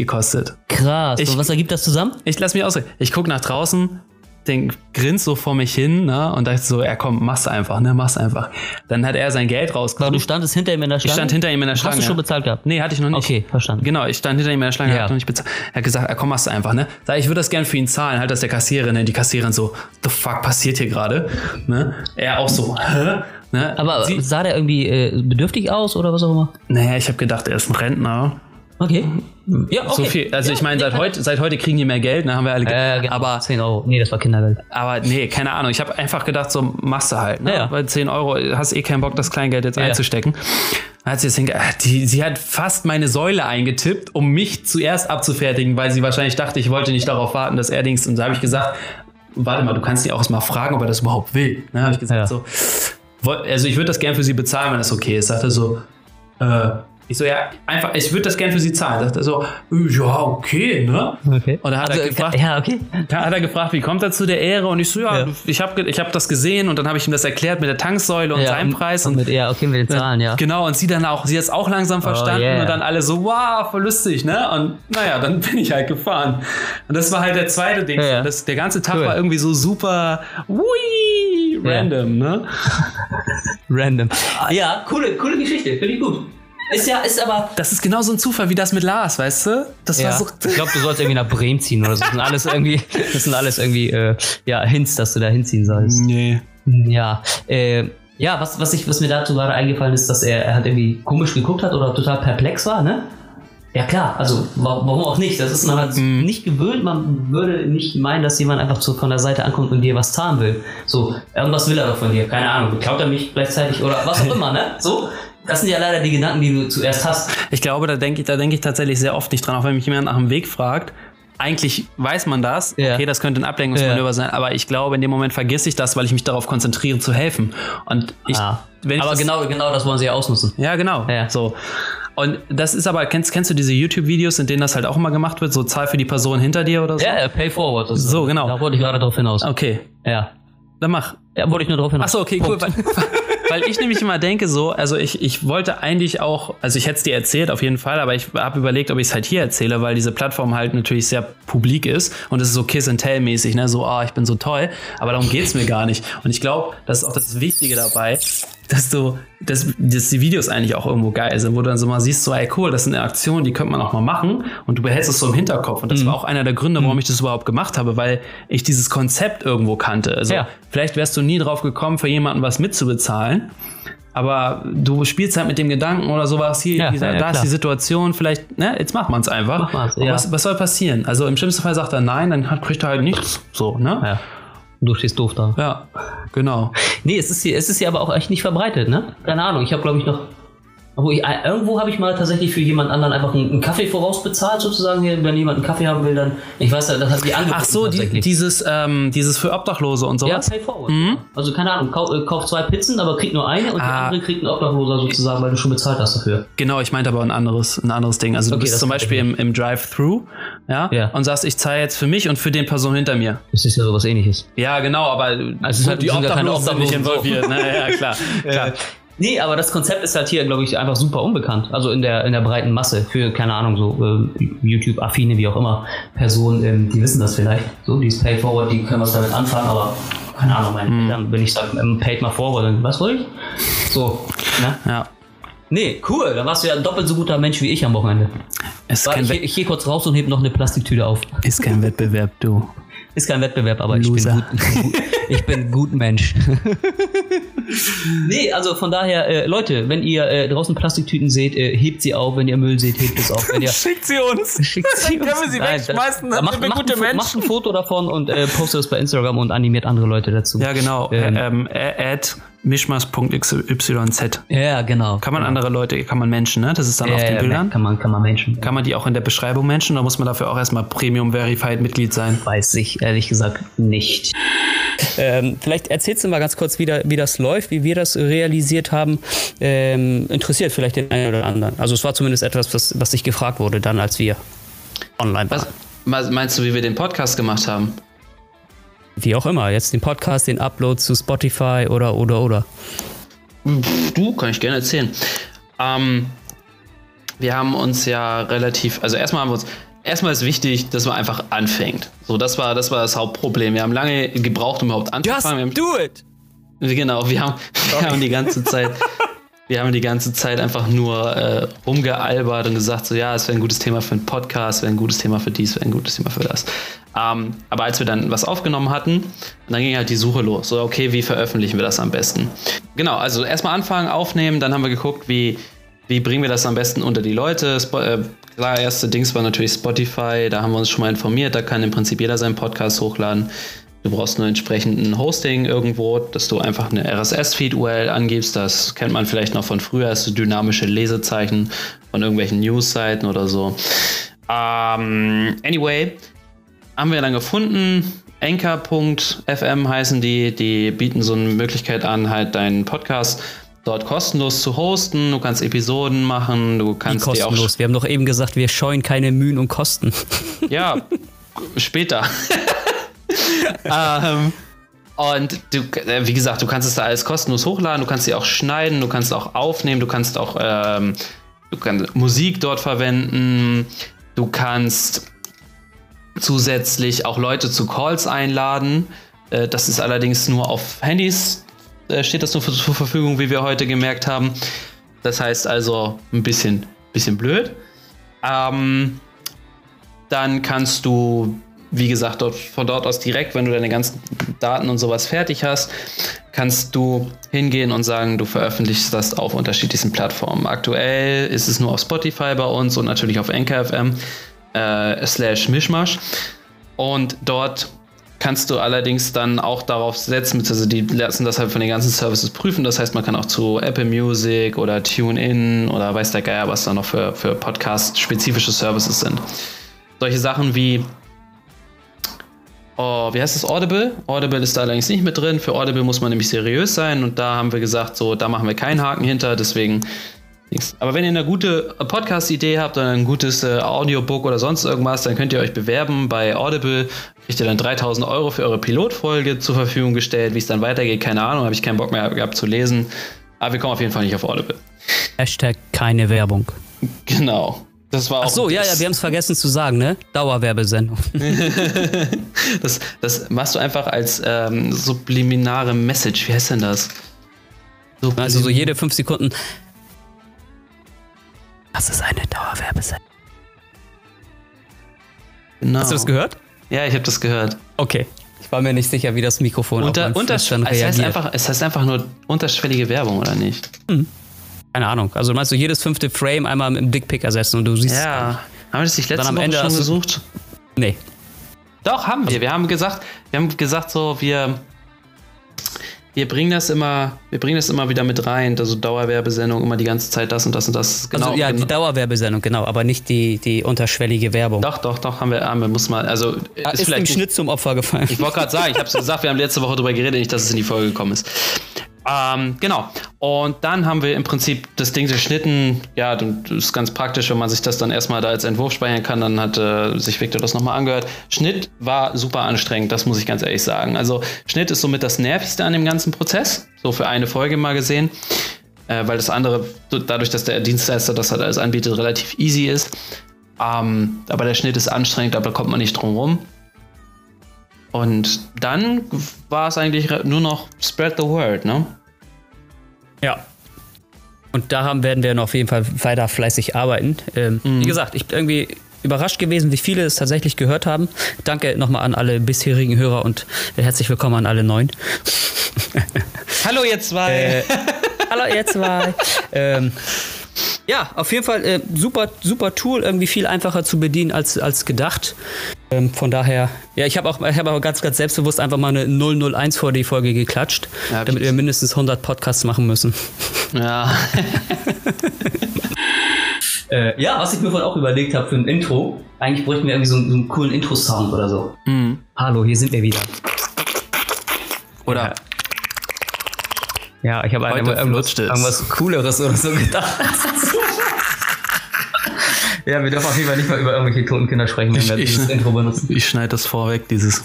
[SPEAKER 4] gekostet.
[SPEAKER 5] Krass.
[SPEAKER 4] Ich-
[SPEAKER 5] und was ergibt das zusammen?
[SPEAKER 4] Ich lass mich ausreden. Ich gucke nach draußen, den grinst so vor mich hin, ne? Und dachte so, ja komm, mach's einfach, ne? Mach's einfach. Dann hat er sein Geld
[SPEAKER 5] Aber
[SPEAKER 4] rausgenommen.
[SPEAKER 5] du standest hinter ihm in der Schlange?
[SPEAKER 4] Ich stand hinter ihm in der Schlange.
[SPEAKER 5] Hast du schon bezahlt gehabt?
[SPEAKER 4] Nee, hatte ich noch nicht.
[SPEAKER 5] Okay, verstanden.
[SPEAKER 4] Genau, ich stand hinter ihm in der Schlange,
[SPEAKER 5] Ja.
[SPEAKER 4] hab noch nicht bezahlt. Er hat gesagt, ah, komm, machst du einfach, ne? Sag, ich würde das gern für ihn zahlen. Halt das der Kassiererin, ne? Die Kassiererin so, the fuck passiert hier gerade? Ne? Er auch so, hä? Ne?
[SPEAKER 5] Aber
[SPEAKER 4] Sie,
[SPEAKER 5] sah der irgendwie äh, bedürftig aus oder was auch immer?
[SPEAKER 4] naja, ich habe gedacht, er ist ein Rentner.
[SPEAKER 5] Okay. Ja, okay.
[SPEAKER 4] So viel. Also ich meine, seit heute, seit heute kriegen die mehr Geld, ne, haben wir alle ge-
[SPEAKER 5] Äh, genau,
[SPEAKER 4] aber,
[SPEAKER 5] 10 Euro. Nee, das war Kindergeld.
[SPEAKER 4] aber nee, keine Ahnung. Ich habe einfach gedacht, so machst du halt. Ne?
[SPEAKER 5] Ja, ja.
[SPEAKER 4] Weil 10 Euro hast eh keinen Bock, das Kleingeld jetzt einzustecken. Dann hat sie das hinge ah, die, sie hat fast meine Säule eingetippt, um mich zuerst abzufertigen, weil sie wahrscheinlich dachte, ich wollte nicht darauf warten, dass er Dings. Und da habe ich gesagt, warte mal, du kannst die auch erst mal fragen, ob er das überhaupt will. Ne, habe ich gesagt,
[SPEAKER 5] Ja.
[SPEAKER 4] so, woll- also ich würde das gern für sie bezahlen, wenn das okay ist. Sagte so, äh, ich so, ja, einfach, ich würde das gern für sie zahlen. Sagt er so, äh, ja, okay, ne?
[SPEAKER 5] Okay. Äh,
[SPEAKER 4] Und dann hat er gefragt,
[SPEAKER 5] Ja, okay.
[SPEAKER 4] da hat er gefragt, wie kommt er zu der Ehre? Und ich so, ja,
[SPEAKER 5] Ja.
[SPEAKER 4] ich habe ich hab das gesehen und dann habe ich ihm das erklärt mit der Tanksäule und
[SPEAKER 5] ja,
[SPEAKER 4] seinem Preis. Und,
[SPEAKER 5] mit, ja, okay, mit den Zahlen, ja.
[SPEAKER 4] Genau, und sie dann auch, sie hat es auch langsam verstanden
[SPEAKER 5] yeah.
[SPEAKER 4] und dann alle so, wow, voll lustig, ne? Und naja, dann bin ich halt gefahren. Und das war halt der zweite Ding.
[SPEAKER 5] Ja, ja.
[SPEAKER 4] Das, der ganze Tag
[SPEAKER 5] Cool.
[SPEAKER 4] war irgendwie so super, wui,
[SPEAKER 5] Ja.
[SPEAKER 4] random, ne?
[SPEAKER 5] Random. Ja, coole, coole Geschichte. Finde ich gut. Ist ja, ist aber.
[SPEAKER 4] Das ist genau so ein Zufall wie das mit Lars, weißt du? Das
[SPEAKER 5] Ja,
[SPEAKER 4] war so.
[SPEAKER 5] ich glaube, du sollst irgendwie nach Bremen ziehen oder so. Das sind alles irgendwie, das sind alles irgendwie äh, ja, Hints, dass du da hinziehen sollst.
[SPEAKER 4] Nee.
[SPEAKER 5] Ja, äh, ja, was, was, ich, was mir dazu gerade eingefallen ist, dass er, er halt irgendwie komisch geguckt hat oder total perplex war, ne? Ja klar, also wa- warum auch nicht? Das ist man halt nicht gewöhnt. Man würde nicht meinen, dass jemand einfach so von der Seite ankommt und dir was zahlen will. So, irgendwas will er doch von dir. Keine Ahnung, klaut er mich gleichzeitig oder was auch immer, ne? So, das sind ja leider die Gedanken, die du zuerst hast.
[SPEAKER 4] Ich glaube, da denke ich, da denk ich tatsächlich sehr oft nicht dran, auch wenn mich jemand nach dem Weg fragt. Eigentlich weiß man das,
[SPEAKER 5] Ja.
[SPEAKER 4] okay, das könnte ein Ablenkungsmanöver sein, aber ich glaube, in dem Moment vergesse ich das, weil ich mich darauf konzentriere, zu helfen. Und ich,
[SPEAKER 5] Ah.
[SPEAKER 4] wenn ich
[SPEAKER 5] Aber
[SPEAKER 4] das-
[SPEAKER 5] genau, genau das wollen sie ja ausnutzen.
[SPEAKER 4] Ja, genau.
[SPEAKER 5] Ja.
[SPEAKER 4] So. Und das ist aber, kennst, kennst du diese YouTube-Videos, in denen das halt auch immer gemacht wird? So zahl für die Person hinter dir oder so?
[SPEAKER 5] Ja, ja, pay forward. Das
[SPEAKER 4] So, genau.
[SPEAKER 5] Da wollte ich gerade drauf hinaus.
[SPEAKER 4] Okay,
[SPEAKER 5] Ja.
[SPEAKER 4] dann mach.
[SPEAKER 5] Ja, wollte ich nur drauf hinaus.
[SPEAKER 4] Achso, okay, cool. Weil, weil ich nämlich immer denke, so, also ich, ich wollte eigentlich auch, also ich hätte es dir erzählt auf jeden Fall, aber ich habe überlegt, ob ich es halt hier erzähle, weil diese Plattform halt natürlich sehr publik ist und es ist so Kiss and Tell mäßig, ne? So, ah, ich bin so toll, aber darum geht es mir gar nicht. Und ich glaube, das ist auch das Wichtige dabei, dass du, dass, dass die Videos eigentlich auch irgendwo geil sind, wo du dann so mal siehst, so, ey, cool, das sind Aktionen, die könnte man auch mal machen und du behältst es so im Hinterkopf.
[SPEAKER 5] Mhm.
[SPEAKER 4] Und das war auch einer der Gründe, warum ich das überhaupt gemacht habe, weil ich dieses Konzept irgendwo kannte. Also,
[SPEAKER 5] Ja.
[SPEAKER 4] vielleicht wärst du nie drauf gekommen, für jemanden was mitzubezahlen. Aber du spielst halt mit dem Gedanken oder sowas, hier,
[SPEAKER 5] Ja,
[SPEAKER 4] dieser,
[SPEAKER 5] ja,
[SPEAKER 4] da
[SPEAKER 5] ja,
[SPEAKER 4] ist
[SPEAKER 5] klar.
[SPEAKER 4] die Situation, vielleicht, ne, jetzt macht man es einfach.
[SPEAKER 5] Mach man's,
[SPEAKER 4] Und
[SPEAKER 5] ja.
[SPEAKER 4] was, was soll passieren? Also im schlimmsten Fall sagt er nein, dann hat, kriegt er halt nichts. So, ne?
[SPEAKER 5] Ja. Du stehst doof da.
[SPEAKER 4] Ja, genau.
[SPEAKER 5] Nee, es ist hier, es ist hier aber auch echt nicht verbreitet, ne? Keine Ahnung, ich habe glaube ich noch. Obwohl ich, äh, irgendwo habe ich mal tatsächlich für jemand anderen einfach einen, einen Kaffee vorausbezahlt, sozusagen. Hier, wenn jemand einen Kaffee haben will, dann. Ich weiß ja, das hat die angeboten.
[SPEAKER 4] Ach so, die,
[SPEAKER 5] tatsächlich.
[SPEAKER 4] dieses, ähm, dieses für Obdachlose und
[SPEAKER 5] Ja,
[SPEAKER 4] sowas. Mhm.
[SPEAKER 5] pay forward. Also keine Ahnung, kau, äh, kauf zwei Pizzen, aber krieg nur eine und
[SPEAKER 4] Ah.
[SPEAKER 5] die andere kriegt einen Obdachloser sozusagen, weil du schon bezahlt hast dafür.
[SPEAKER 4] Genau, ich meinte aber ein anderes, ein anderes Ding. Also du
[SPEAKER 5] Okay,
[SPEAKER 4] bist
[SPEAKER 5] das
[SPEAKER 4] zum
[SPEAKER 5] kann ich
[SPEAKER 4] Beispiel im, im Drive-Thru, ja,
[SPEAKER 5] Ja.
[SPEAKER 4] und sagst, ich zahle jetzt für mich und für den Person hinter mir.
[SPEAKER 5] Das ist ja sowas ähnliches.
[SPEAKER 4] Ja, genau, aber
[SPEAKER 5] es ist halt-
[SPEAKER 4] die
[SPEAKER 5] sind ja keine
[SPEAKER 4] Obdachlosen sind nicht
[SPEAKER 5] Obdachlosen, so.
[SPEAKER 4] involviert. Na, ja, klar, klar.
[SPEAKER 5] Nee, aber das Konzept ist halt hier, glaube ich, einfach super unbekannt. Also in der, in der breiten Masse für, keine Ahnung, so ähm, YouTube-affine, wie auch immer, Personen, ähm, die wissen das vielleicht. So, die ist Pay Forward, die können was damit anfangen, aber keine Ahnung, meine
[SPEAKER 4] Hm.
[SPEAKER 5] Eltern, wenn ich sage, ähm, Paid mal Forward, dann was wollte ich? So, ne?
[SPEAKER 4] Ja.
[SPEAKER 5] Nee, cool, dann warst du ja ein doppelt so guter Mensch wie ich am Wochenende.
[SPEAKER 4] Es ist
[SPEAKER 5] Warte,
[SPEAKER 4] kein,
[SPEAKER 5] ich,
[SPEAKER 4] Wett-
[SPEAKER 5] geh- ich gehe kurz raus und heb noch eine Plastiktüte auf.
[SPEAKER 4] ist kein Wettbewerb, du.
[SPEAKER 5] Ist kein Wettbewerb, aber ich bin,
[SPEAKER 4] Loser.
[SPEAKER 5] gut, ich bin gut Mensch. nee, also von daher, äh, Leute, wenn ihr äh, draußen Plastiktüten seht, äh, hebt sie auf. Wenn ihr Müll seht, hebt es auf. Wenn ihr
[SPEAKER 4] Schickt sie uns.
[SPEAKER 5] schickt sie
[SPEAKER 4] können wir sie
[SPEAKER 5] Nein,
[SPEAKER 4] wegschmeißen, dann
[SPEAKER 5] macht,
[SPEAKER 4] sind wir
[SPEAKER 5] macht,
[SPEAKER 4] gute
[SPEAKER 5] ein, Fo-
[SPEAKER 4] Menschen.
[SPEAKER 5] macht ein Foto davon und äh, postet es bei Instagram und animiert andere Leute dazu.
[SPEAKER 4] Ja, genau.
[SPEAKER 5] Ähm.
[SPEAKER 4] Ä- Ähm, ä- at mischmas.xyz.
[SPEAKER 5] Ja, genau.
[SPEAKER 4] äh, Kann man andere Leute, kann man Menschen, ne? Das ist dann auf den Bildern.
[SPEAKER 5] Kann man, kann man Menschen.
[SPEAKER 4] Kann man die auch in der Beschreibung Menschen oder muss man dafür auch erstmal Premium Verified Mitglied sein?
[SPEAKER 5] Weiß ich ehrlich gesagt nicht. Ähm, vielleicht erzählst du mal ganz kurz, wie, da, wie das läuft, wie wir das realisiert haben. Ähm, interessiert vielleicht den einen oder anderen. Also es war zumindest etwas, was, was dich gefragt wurde dann, als wir online waren.
[SPEAKER 4] Meinst du, wie wir den Podcast gemacht haben?
[SPEAKER 5] Wie auch immer, jetzt den Podcast, den Upload zu Spotify oder oder oder.
[SPEAKER 4] Du, kann ich gerne erzählen. Ähm, wir haben uns ja relativ, also erstmal haben wir uns, erstmal ist wichtig, dass man einfach anfängt. So, das war, das war das Hauptproblem. Wir haben lange gebraucht, um überhaupt anzufangen. Just do it! Genau, wir haben, wir haben die ganze Zeit, wir haben die ganze Zeit einfach nur äh, rumgealbert und gesagt, so, ja, es wäre ein gutes Thema für einen Podcast, wäre ein gutes Thema für dies, wäre ein gutes Thema für das. Ähm, aber als wir dann was aufgenommen hatten, dann ging halt die Suche los. So, okay, wie veröffentlichen wir das am besten? Genau, also erstmal anfangen, aufnehmen, dann haben wir geguckt, wie, wie bringen wir das am besten unter die Leute. Spo äh, Klar, erste Dings war natürlich Spotify, da haben wir uns schon mal informiert, da kann im Prinzip jeder seinen Podcast hochladen. Du brauchst nur entsprechenden Hosting irgendwo, dass du einfach eine RSS-Feed-URL angibst. Das kennt man vielleicht noch von früher, also dynamische Lesezeichen von irgendwelchen News-Seiten oder so. Ähm, anyway, haben wir dann gefunden. Anchor.fm heißen die, die bieten so eine Möglichkeit an, halt deinen Podcast dort kostenlos zu hosten. Du kannst Episoden machen, du
[SPEAKER 5] Wie
[SPEAKER 4] kannst die auch
[SPEAKER 5] kostenlos. Wir haben doch eben gesagt, wir scheuen keine Mühen und Kosten.
[SPEAKER 4] ja, später. ähm, und du, äh, wie gesagt, du kannst es da alles kostenlos hochladen, du kannst sie auch schneiden, du kannst auch aufnehmen, du kannst auch ähm, du kannst Musik dort verwenden, du kannst zusätzlich auch Leute zu Calls einladen. Äh, das ist allerdings nur auf Handys, äh, steht das nur für, zur Verfügung, wie wir heute gemerkt haben. Das heißt also ein bisschen, bisschen blöd. Ähm, dann kannst du, wie gesagt, dort, von dort aus direkt, wenn du deine ganzen Daten und sowas fertig hast, kannst du hingehen und sagen, du veröffentlichst das auf unterschiedlichsten Plattformen. Aktuell ist es nur auf Spotify bei uns und natürlich auf NKFM äh, slash Mischmasch. Und dort kannst du allerdings dann auch darauf setzen, beziehungsweise die lassen das halt von den ganzen Services prüfen. Das heißt, man kann auch zu Apple Music oder TuneIn oder weiß der Geier, was da noch für, für Podcast-spezifische Services sind solche Sachen wie Oh, wie heißt das? Audible? Audible ist da allerdings nicht mit drin. Für Audible muss man nämlich seriös sein und da haben wir gesagt, so, da machen wir keinen Haken hinter, deswegen nichts. Aber wenn ihr eine gute Podcast-Idee habt oder ein gutes äh, Audiobook oder sonst irgendwas, dann könnt ihr euch bewerben bei Audible. Kriegt ihr dann 3000 Euro für eure Pilotfolge zur Verfügung gestellt. Wie es dann weitergeht, keine Ahnung, habe ich keinen Bock mehr gehabt zu lesen. Aber wir kommen auf jeden Fall nicht auf Audible.
[SPEAKER 5] Hashtag keine Werbung.
[SPEAKER 4] Genau. Das war auch
[SPEAKER 5] Ach so,
[SPEAKER 4] ein
[SPEAKER 5] ja,
[SPEAKER 4] Diss.
[SPEAKER 5] ja, wir haben es vergessen zu sagen, ne? Dauerwerbesendung.
[SPEAKER 4] Das, das machst du einfach als ähm, subliminare Message. Wie heißt denn das? Sublim-
[SPEAKER 5] Also so jede fünf Sekunden. Das ist eine Dauerwerbesendung.
[SPEAKER 4] genau.
[SPEAKER 5] Hast du das gehört?
[SPEAKER 4] Ja, ich habe das gehört.
[SPEAKER 5] Okay. Ich war mir nicht sicher, wie das Mikrofon
[SPEAKER 4] Unter,
[SPEAKER 5] auf meinen
[SPEAKER 4] unter, es,
[SPEAKER 5] Flüstern
[SPEAKER 4] heißt
[SPEAKER 5] reagiert.
[SPEAKER 4] einfach, es heißt einfach nur unterschwellige Werbung, oder nicht?
[SPEAKER 5] Keine Ahnung. Also meinst du jedes fünfte Frame einmal mit einem Dickpick ersetzen und du siehst es gar
[SPEAKER 4] Ja. Haben wir das nicht letzte
[SPEAKER 5] am
[SPEAKER 4] Woche
[SPEAKER 5] Ende
[SPEAKER 4] schon
[SPEAKER 5] hast du- Also-
[SPEAKER 4] gesucht?
[SPEAKER 5] nicht. Nee.
[SPEAKER 4] Doch, haben wir. Wir haben gesagt, wir haben gesagt so, wir, wir bringen das immer, wir bringen das immer wieder mit rein. Also Dauerwerbesendung, immer die ganze Zeit das und das und das. Genau,
[SPEAKER 5] Also ja, die Dauerwerbesendung, genau, aber nicht die, die unterschwellige Werbung.
[SPEAKER 4] doch, doch, doch, haben wir, haben wir, muss mal, also ist,
[SPEAKER 5] Ah, ist
[SPEAKER 4] vielleicht
[SPEAKER 5] dem
[SPEAKER 4] nicht-
[SPEAKER 5] Schnitt zum Opfer gefallen.
[SPEAKER 4] Ich wollte gerade sagen, ich habe es gesagt, wir haben letzte Woche darüber geredet, nicht, dass es in die Folge gekommen ist. Ähm, genau. Und dann haben wir im Prinzip das Ding geschnitten. Ja, dann ist ganz praktisch, wenn man sich das dann erstmal da als Entwurf speichern kann. Dann hat äh, sich Victor das nochmal angehört. Schnitt war super anstrengend, das muss ich ganz ehrlich sagen. Also Schnitt ist somit das Nervigste an dem ganzen Prozess. So für eine Folge mal gesehen. Äh, weil das andere, so dadurch, dass der Dienstleister das halt alles anbietet, relativ easy ist. Ähm, aber der Schnitt ist anstrengend, aber da kommt man nicht drum rum. Und dann war es eigentlich re- nur noch Spread the Word, ne?
[SPEAKER 5] Ja. Und daran werden wir noch auf jeden Fall weiter fleißig arbeiten. Ähm, Wie gesagt, ich bin irgendwie überrascht gewesen, wie viele es tatsächlich gehört haben. Danke nochmal an alle bisherigen Hörer und herzlich willkommen an alle neuen.
[SPEAKER 4] Hallo ihr zwei!
[SPEAKER 5] Hallo ihr zwei. ähm, ja, auf jeden Fall äh, super, super Tool, irgendwie viel einfacher zu bedienen als, als gedacht. Ähm, von daher, ja, ich habe auch, ich hab auch ganz, ganz selbstbewusst einfach mal eine 001 vor die Folge geklatscht,
[SPEAKER 4] Ja, hab
[SPEAKER 5] damit
[SPEAKER 4] ich-
[SPEAKER 5] wir mindestens 100 Podcasts machen müssen.
[SPEAKER 4] Ja,
[SPEAKER 8] Äh, ja, was ich mir vorhin auch überlegt habe für ein Intro, eigentlich bräuchten wir irgendwie so einen, so einen coolen Intro-Sound oder so.
[SPEAKER 5] Hallo, hier sind wir wieder.
[SPEAKER 4] oder?
[SPEAKER 5] Ja, ich habe
[SPEAKER 4] Heute
[SPEAKER 5] einfach irgendwas,
[SPEAKER 4] flutscht es.
[SPEAKER 5] irgendwas Cooleres oder so gedacht. ja, wir dürfen auf jeden Fall nicht mal über irgendwelche toten Kinder sprechen, wenn
[SPEAKER 4] Ich-
[SPEAKER 5] wir
[SPEAKER 4] ich-
[SPEAKER 5] dieses Intro benutzen.
[SPEAKER 4] Ich schneide das vorweg, dieses.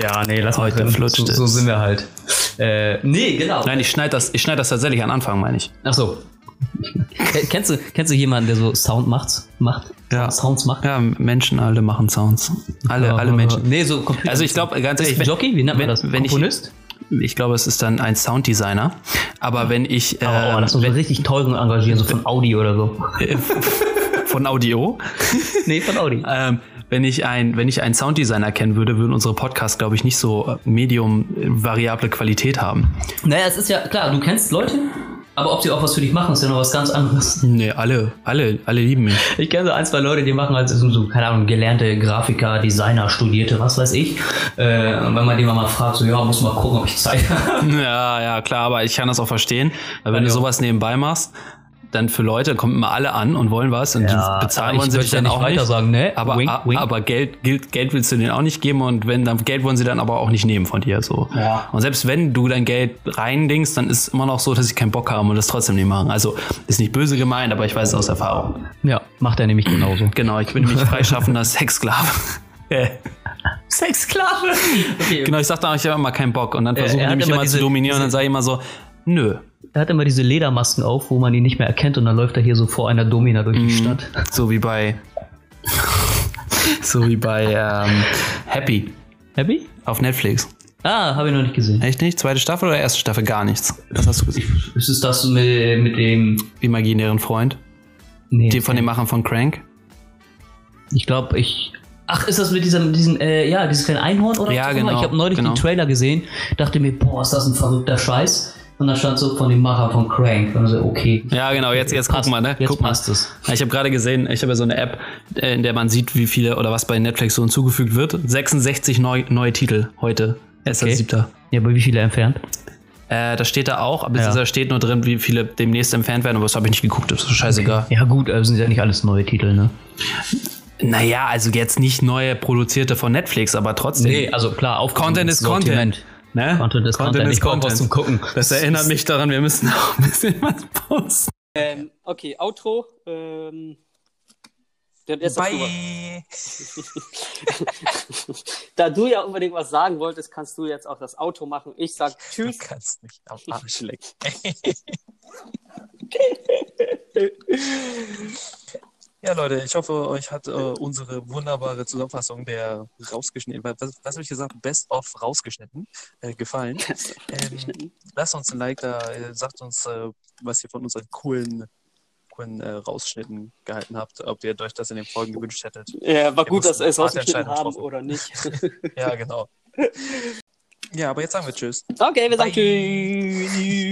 [SPEAKER 5] Ja, nee, lass
[SPEAKER 4] Heute flutscht
[SPEAKER 5] so, so
[SPEAKER 4] es.
[SPEAKER 5] sind wir halt. Äh, nee, genau.
[SPEAKER 4] Nein, ich schneide das, ich schneid das tatsächlich an Anfang, meine ich.
[SPEAKER 5] Ach so. Äh, kennst, du, kennst du jemanden, der so Sound macht? macht?
[SPEAKER 4] Ja.
[SPEAKER 5] Sounds macht?
[SPEAKER 4] Ja, Menschen alle machen Sounds. Alle, alle Menschen.
[SPEAKER 5] Nee, so Computer.
[SPEAKER 4] Also ich glaube, ganz ehrlich, wenn,
[SPEAKER 5] Jockey, wie nennt
[SPEAKER 4] wenn-
[SPEAKER 5] man das?
[SPEAKER 4] wenn ich-
[SPEAKER 5] Komponist?
[SPEAKER 4] ich glaube, es ist dann ein Sounddesigner. Aber wenn ich
[SPEAKER 5] oh,
[SPEAKER 4] äh,
[SPEAKER 5] das muss man richtig teuren engagieren, so von Audi oder so.
[SPEAKER 4] von Audio,
[SPEAKER 5] nee, von Audi.
[SPEAKER 4] ähm, wenn ich ein, wenn ich einen Sounddesigner kennen würde, würden unsere Podcasts, glaube ich, nicht so äh, medium äh, variable Qualität haben.
[SPEAKER 5] Naja, es ist ja klar, du kennst Leute, Aber ob sie auch was für dich machen, ist ja noch was ganz anderes.
[SPEAKER 4] Nee, alle, alle, alle lieben mich.
[SPEAKER 5] Ich kenne so ein, zwei Leute, die machen halt so, so, keine Ahnung, gelernte Grafiker, Designer, Studierte, was weiß ich. Äh, und wenn man die mal fragt, so, ja, muss mal gucken, ob ich Zeit habe.
[SPEAKER 4] Ja, ja, klar, aber ich kann das auch verstehen. Weil wenn du sowas nebenbei machst, dann für Leute kommen immer alle an und wollen was und die bezahlen wollen sie dich dann auch nicht.
[SPEAKER 5] sagen, ne?
[SPEAKER 4] Aber, a- aber Geld, Geld, Geld willst du denen auch nicht geben und wenn dann Geld wollen sie dann aber auch nicht nehmen von dir. So.
[SPEAKER 5] Ja.
[SPEAKER 4] Und selbst wenn du dein Geld reindingst, dann ist immer noch so, dass sie keinen Bock haben und das trotzdem nicht machen. Also ist nicht böse gemeint, aber ich weiß es aus Erfahrung.
[SPEAKER 5] ja, macht er nämlich genauso.
[SPEAKER 4] Genau, ich bin nämlich freischaffender Sexsklave.
[SPEAKER 5] Sexsklave! Okay,
[SPEAKER 4] Genau, ich sag dann, ich habe immer keinen Bock und dann versuchen
[SPEAKER 5] er
[SPEAKER 4] die
[SPEAKER 5] hat
[SPEAKER 4] mich
[SPEAKER 5] immer
[SPEAKER 4] immer zu
[SPEAKER 5] diese-
[SPEAKER 4] dominieren und dann sage ich immer so, nö.
[SPEAKER 5] Er hat immer diese Ledermasken auf, wo man ihn nicht mehr erkennt und dann läuft er hier so vor einer Domina durch die
[SPEAKER 4] Mhm.
[SPEAKER 5] Stadt.
[SPEAKER 4] So wie bei. so wie bei ähm, Happy
[SPEAKER 5] Happy?
[SPEAKER 4] auf Netflix.
[SPEAKER 5] Ah, habe ich noch nicht gesehen.
[SPEAKER 4] Echt nicht? Zweite Staffel oder erste Staffel? Gar nichts. Das hast du gesehen.
[SPEAKER 5] Ist es das mit, mit dem.
[SPEAKER 4] Imaginären Freund.
[SPEAKER 5] Nee,
[SPEAKER 4] Die von den Machern von Crank.
[SPEAKER 5] ich glaube, ich. Ach, ist das mit diesem, mit diesem äh, ja, dieses kleine Einhorn oder
[SPEAKER 4] Ja,
[SPEAKER 5] was auch immer?
[SPEAKER 4] genau,
[SPEAKER 5] Ich habe neulich
[SPEAKER 4] genau.
[SPEAKER 5] den Trailer gesehen, dachte mir, boah, ist das ein verrückter Scheiß. Und dann stand so von dem Macher von Crank. Und so, okay.
[SPEAKER 4] Ja, genau. Jetzt, jetzt guck
[SPEAKER 5] Passt.
[SPEAKER 4] mal, ne?
[SPEAKER 5] Jetzt
[SPEAKER 4] guck mal.
[SPEAKER 5] passt es.
[SPEAKER 4] Ich habe gerade gesehen, ich habe ja so eine App, äh, in der man sieht, wie viele oder was bei Netflix so hinzugefügt wird. 66 neu, neue Titel heute. Erster
[SPEAKER 5] Okay.
[SPEAKER 4] siebter.
[SPEAKER 5] Ja, aber wie viele entfernt?
[SPEAKER 4] Äh, das steht da auch, aber da steht nur drin, wie viele demnächst entfernt werden, aber das habe ich nicht geguckt, das ist scheißegal.
[SPEAKER 5] Ja, gut, also sind ja nicht alles neue Titel, ne?
[SPEAKER 4] Naja, also jetzt nicht neue produzierte von Netflix, aber trotzdem.
[SPEAKER 5] also klar, auf
[SPEAKER 4] Content ist Content. Ne?
[SPEAKER 5] Content ist Content. Ich brauch was zum Gucken.
[SPEAKER 4] Das erinnert mich daran, wir müssen auch ein bisschen was posten.
[SPEAKER 3] Ähm, okay, Outro. Ähm, der der ist doch drüber. da du ja unbedingt was sagen wolltest, kannst du jetzt auch das Auto machen. Ich sag
[SPEAKER 2] Du
[SPEAKER 3] Tschüss.
[SPEAKER 2] kannst mich am Arsch lecken. ja, Leute, ich hoffe, euch hat äh, unsere wunderbare Zusammenfassung der rausgeschnitten, was, was habe ich gesagt, Best of rausgeschnitten, äh, gefallen. Ähm, lasst uns ein Like da, äh, sagt uns, äh, was ihr von unseren coolen, coolen äh, Rausschnitten gehalten habt, ob ihr euch das in den Folgen gewünscht hättet.
[SPEAKER 3] Ja, war
[SPEAKER 2] Wir
[SPEAKER 3] gut, dass
[SPEAKER 2] mussten
[SPEAKER 3] wir es
[SPEAKER 2] harte
[SPEAKER 3] rausgeschnitten
[SPEAKER 2] Entscheidungen
[SPEAKER 3] haben
[SPEAKER 2] getroffen.
[SPEAKER 3] oder nicht.
[SPEAKER 2] Ja, genau. ja, aber jetzt sagen wir Tschüss.
[SPEAKER 3] Okay, wir sagen
[SPEAKER 2] Bye.
[SPEAKER 3] Tschüss.